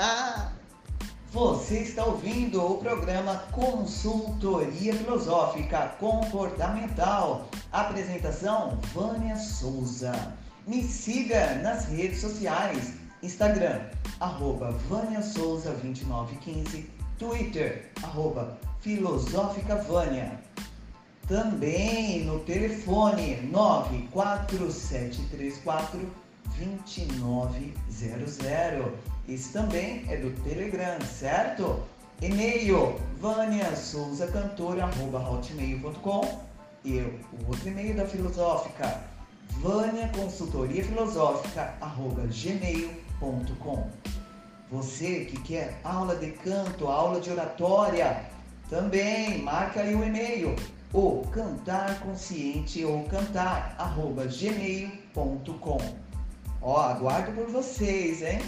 Speaker 1: [LAUGHS] Você está ouvindo o programa Consultoria Filosófica Comportamental. Apresentação Vânia Souza. Me siga nas redes sociais: Instagram arroba Vânia Souza 2915, Twitter, arroba Filosófica Vânia. Também no telefone 94734 2900. Esse também é do Telegram, certo? E-mail vaniasouzacantora.hotmail.com e o outro e-mail da Filosófica, vaniaconsultoriafilosófica.gmail.com Você que quer aula de canto, aula de oratória, também marca aí o e-mail o cantar consciente ou cantar arroba gmail.com Ó, aguardo por vocês, hein?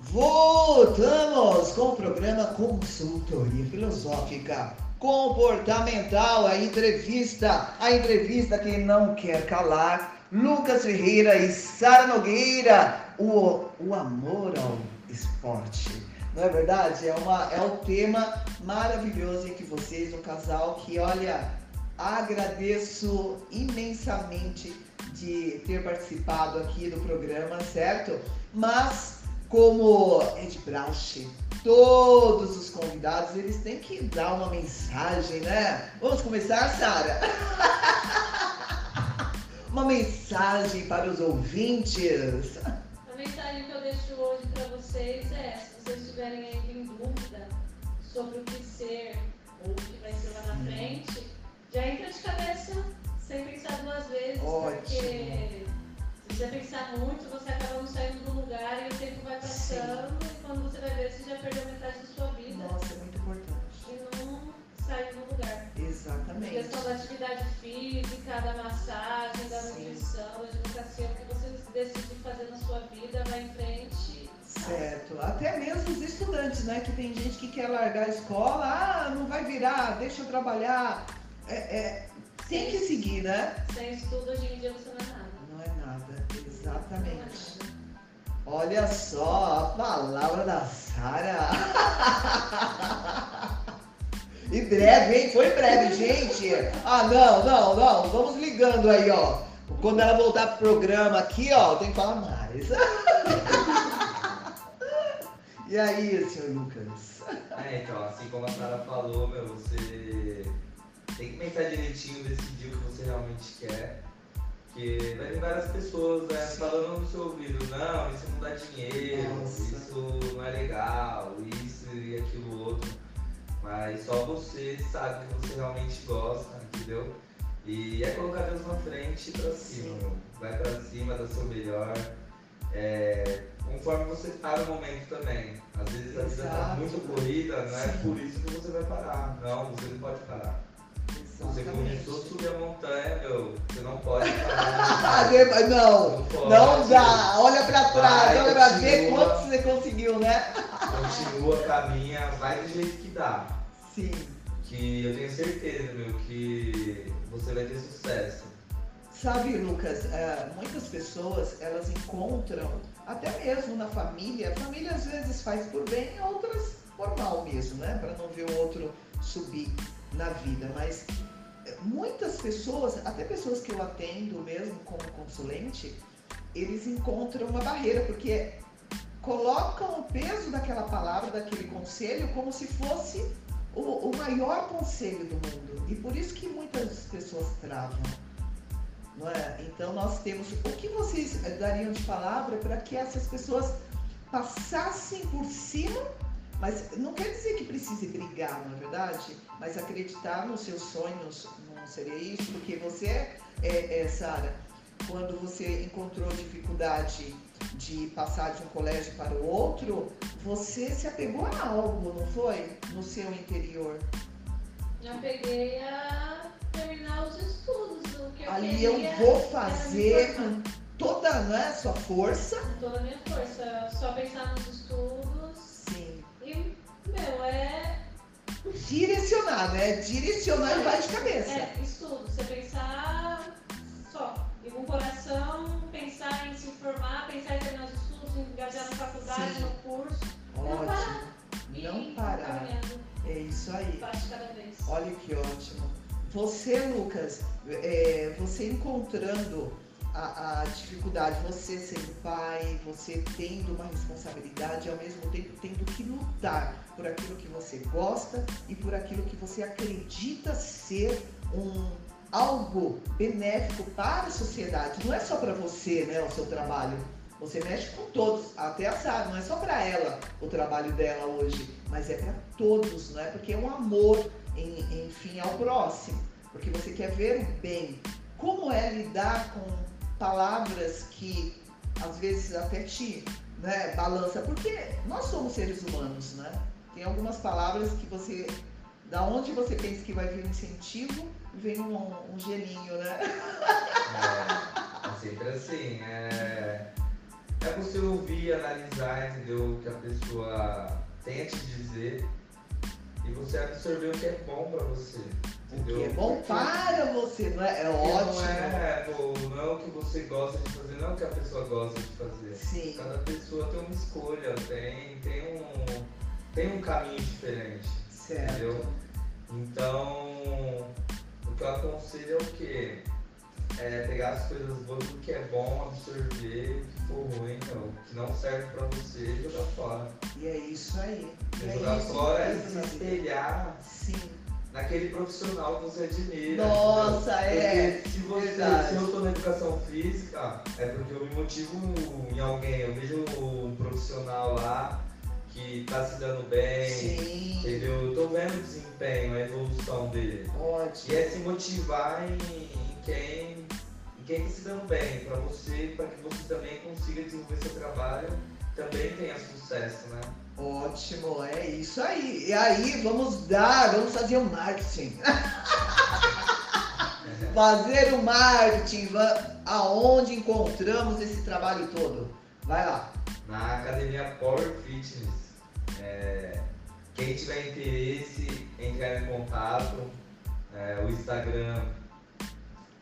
Speaker 1: Voltamos com o programa Consultoria Filosófica Comportamental, a entrevista, a entrevista que não quer calar, Lucas Ferreira e Sara Nogueira, o, o amor ao esporte. Não é verdade? É, uma, é um tema maravilhoso em que vocês, um casal que, olha, agradeço imensamente de ter participado aqui do programa, certo? Mas, como Ed Brauch, todos os convidados, eles têm que dar uma mensagem, né? Vamos começar, Sara? [LAUGHS] uma mensagem para os ouvintes.
Speaker 3: A mensagem que eu deixo hoje para vocês é essa. Se vocês estiverem ainda em dúvida sobre o que ser ou o que vai ser lá na
Speaker 1: Uhum.
Speaker 3: frente, já entra de cabeça sem pensar duas vezes,
Speaker 1: Ótimo.
Speaker 3: porque se você pensar muito, você acaba não saindo do lugar e o tempo vai
Speaker 1: Sim.
Speaker 3: passando e quando você vai ver, você já perdeu metade da sua vida
Speaker 1: Nossa, é muito importante.
Speaker 3: e não saiu do lugar. A
Speaker 1: Exatamente.
Speaker 3: questão da atividade física, da massagem, da
Speaker 1: Sim.
Speaker 3: nutrição, da educação, o que você decidir fazer na sua vida, vai em frente.
Speaker 1: Certo. Até mesmo os estudantes, né? Que tem gente que quer largar a escola, ah, não vai virar, deixa eu trabalhar. É, é, tem que seguir, né?
Speaker 3: Sem estudo, hoje em dia, você não é nada.
Speaker 1: Não é nada,
Speaker 3: Não é nada.
Speaker 1: exatamente. Olha só a palavra da Sara. [LAUGHS] E breve, hein? Foi breve, gente. Ah, não, não, não. Vamos ligando aí, ó. Quando ela voltar pro programa aqui, ó, tem que falar mais. [LAUGHS] E aí, senhor Lucas?
Speaker 2: [LAUGHS] É, então, assim como a Sara falou, meu, você tem que pensar direitinho, decidir o que você realmente quer. Porque vai ter várias pessoas né, falando no seu ouvido, não, isso não dá dinheiro,
Speaker 1: Nossa.
Speaker 2: isso não é legal, isso e aquilo outro. Mas só você sabe o que você realmente gosta, entendeu? E é colocar Deus na frente e pra cima.
Speaker 1: Sim.
Speaker 2: meu. Vai pra cima, dá seu melhor. É, conforme você para o momento também. Às vezes a vida tá
Speaker 1: Exato.
Speaker 2: muito corrida, não é
Speaker 1: Sim.
Speaker 2: por isso que você vai parar. Não, você não pode parar. Você começou a subir a montanha, meu, você não pode
Speaker 1: [LAUGHS] Ah,
Speaker 2: parar.
Speaker 1: de- não,
Speaker 2: Não pode.
Speaker 1: não dá. Olha pra trás,
Speaker 2: Vai,
Speaker 1: olha pra ver
Speaker 2: continua.
Speaker 1: quanto você conseguiu, né?
Speaker 2: Continua, caminha, vai do jeito que dá.
Speaker 1: Sim,
Speaker 2: Que eu tenho certeza, meu, que você vai ter sucesso.
Speaker 1: Sabe, Lucas, eh, muitas pessoas elas encontram, até mesmo na família, a família às vezes faz por bem, outras por mal mesmo, né? Para não ver o outro subir na vida. Mas eh, muitas pessoas, até pessoas que eu atendo mesmo como consulente, eles encontram uma barreira, porque colocam o peso daquela palavra, daquele conselho, como se fosse o, o maior conselho do mundo. E por isso que muitas pessoas travam. Não é? Então nós temos o que vocês dariam de palavra para que essas pessoas passassem por cima, mas não quer dizer que precise brigar, não é verdade? Mas acreditar nos seus sonhos não seria isso, porque você é, é, Sara, quando você encontrou dificuldade de passar de um colégio para o outro, você se apegou a algo, não foi? No seu interior.
Speaker 3: Já peguei a terminar os estudos, o que eu
Speaker 1: Ali
Speaker 3: queria um
Speaker 1: eu vou
Speaker 3: era me
Speaker 1: fazer
Speaker 3: formar.
Speaker 1: com toda né, a sua força.
Speaker 3: Com toda a minha força, só pensar nos estudos
Speaker 1: Sim.
Speaker 3: e, meu, é,
Speaker 1: Direcionar, né? Direcionar e vai de cabeça.
Speaker 3: é estudo, você pensar só. E com o coração, pensar em se formar, pensar em terminar os estudos, engajar na faculdade,
Speaker 1: Sim.
Speaker 3: no curso.
Speaker 1: Ótimo.
Speaker 3: e
Speaker 1: Não
Speaker 3: ir
Speaker 1: parar.
Speaker 3: caminhando
Speaker 1: É isso aí.
Speaker 3: baixo cada vez.
Speaker 1: Olha que ótimo. Você, Lucas, é, você encontrando a, a dificuldade, você sendo pai, você tendo uma responsabilidade e ao mesmo tempo tendo que lutar por aquilo que você gosta e por aquilo que você acredita ser um algo benéfico para a sociedade. Não é só para você, né, o seu trabalho, Você mexe com todos, até a Sara, não é só para ela o trabalho dela hoje, mas é para todos, não é? Porque é um amor, em- enfim, ao próximo, porque você quer ver o bem. Como é lidar com palavras que às vezes até te né, balança? Porque nós somos seres humanos, né? Tem algumas palavras que você, da onde você pensa que vai vir um incentivo, vem um, um gelinho, né?
Speaker 2: É, é sempre assim, é, é você ouvir, analisar, entendeu? O que a pessoa tem a te dizer e você absorver o que é bom pra você,
Speaker 1: O
Speaker 2: entendeu?
Speaker 1: que é bom
Speaker 2: Porque
Speaker 1: para você, não é? É
Speaker 2: Não
Speaker 1: ótimo.
Speaker 2: é, o- não é o que você gosta de fazer, não é o que a pessoa gosta de fazer.
Speaker 1: Sim.
Speaker 2: Cada pessoa tem uma escolha, tem, tem, um, tem um caminho diferente.
Speaker 1: Certo.
Speaker 2: Entendeu? Então, o que eu aconselho é o quê? É pegar as coisas boas, o que é bom, absorver, o que for ruim, não, o que não serve pra você, e jogar fora.
Speaker 1: E é isso aí. E é
Speaker 2: jogar
Speaker 1: isso
Speaker 2: fora é se
Speaker 1: mesmo.
Speaker 2: espelhar
Speaker 1: Sim.
Speaker 2: naquele profissional que você admira.
Speaker 1: Nossa, é.
Speaker 2: Porque se, você,
Speaker 1: verdade.
Speaker 2: se eu tô na educação física, é porque eu me motivo em alguém. Eu vejo um profissional lá que tá se dando bem,
Speaker 1: Sim.
Speaker 2: entendeu? Eu tô vendo o desempenho, a evolução dele. E
Speaker 1: Ótimo.
Speaker 2: é se motivar em, em quem em quem tá se dando bem, pra você, pra que você também consiga desenvolver seu trabalho, também tenha sucesso, né?
Speaker 1: Ótimo. É isso aí. E aí, vamos dar, vamos fazer o marketing. [LAUGHS] fazer o marketing. va- Aonde encontramos esse trabalho todo? Vai lá.
Speaker 2: na academia Power Fitness. É, quem tiver interesse, entrar em contato. É, o Instagram,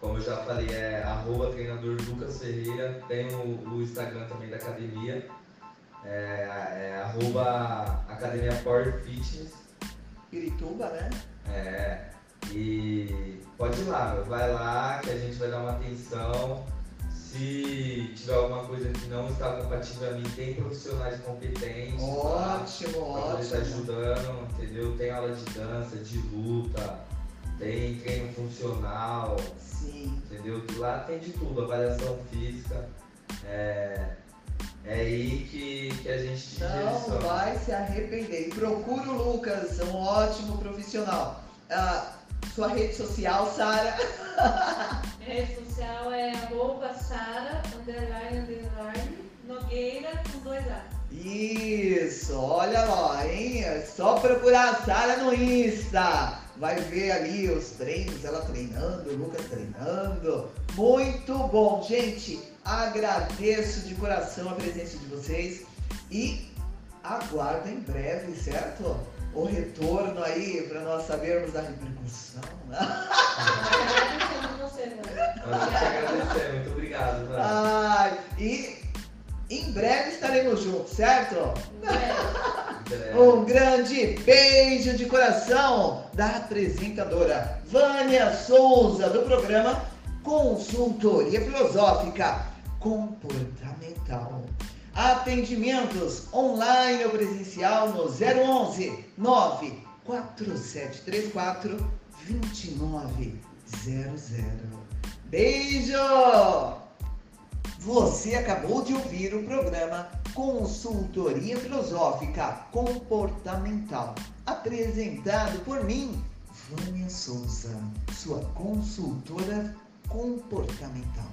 Speaker 2: como eu já falei, é arroba treinador Lucas Ferreira. Tem o, o Instagram também da academia. É, é arroba academia Power Fitness.
Speaker 1: Pirituba, né?
Speaker 2: É, e pode ir lá, meu. vai lá que a gente vai dar uma atenção. Se tiver alguma coisa que não está compatível a mim, tem profissionais competentes lá
Speaker 1: Ótimo,
Speaker 2: pra poder estar
Speaker 1: ótimo.
Speaker 2: ajudando, entendeu? Tem aula de dança, de luta, tem treino funcional,
Speaker 1: Sim.
Speaker 2: entendeu? Que lá tem de tudo, avaliação física. É, é aí que, que a gente te
Speaker 1: Não
Speaker 2: direciona.
Speaker 1: Então, vai se arrepender. E procure o Lucas, é um ótimo profissional. Ah, sua rede social, Sara.
Speaker 3: Minha rede social é arroba Sara, underline, underline, Nogueira com dois A.
Speaker 1: Isso, olha lá, hein? É só procurar a Sara no Insta. Vai ver ali os treinos, ela treinando, o Lucas treinando. Muito bom, gente. Agradeço de coração a presença de vocês e aguardo em breve, certo? O retorno aí para nós sabermos da repercussão. né?
Speaker 3: Obrigada, você, Maria.
Speaker 2: Nós te agradecemos, muito obrigado. Tá?
Speaker 1: Ai, e em breve estaremos juntos, certo?
Speaker 3: Obrigada.
Speaker 2: É.
Speaker 1: Um grande beijo de coração da apresentadora Vânia Souza do programa Consultoria Filosófica Comportamental. Atendimentos online ou presencial no 011 94734 2900. Beijo! Você acabou de ouvir o programa Consultoria Filosófica Comportamental, apresentado por mim, Vânia Souza, sua consultora comportamental.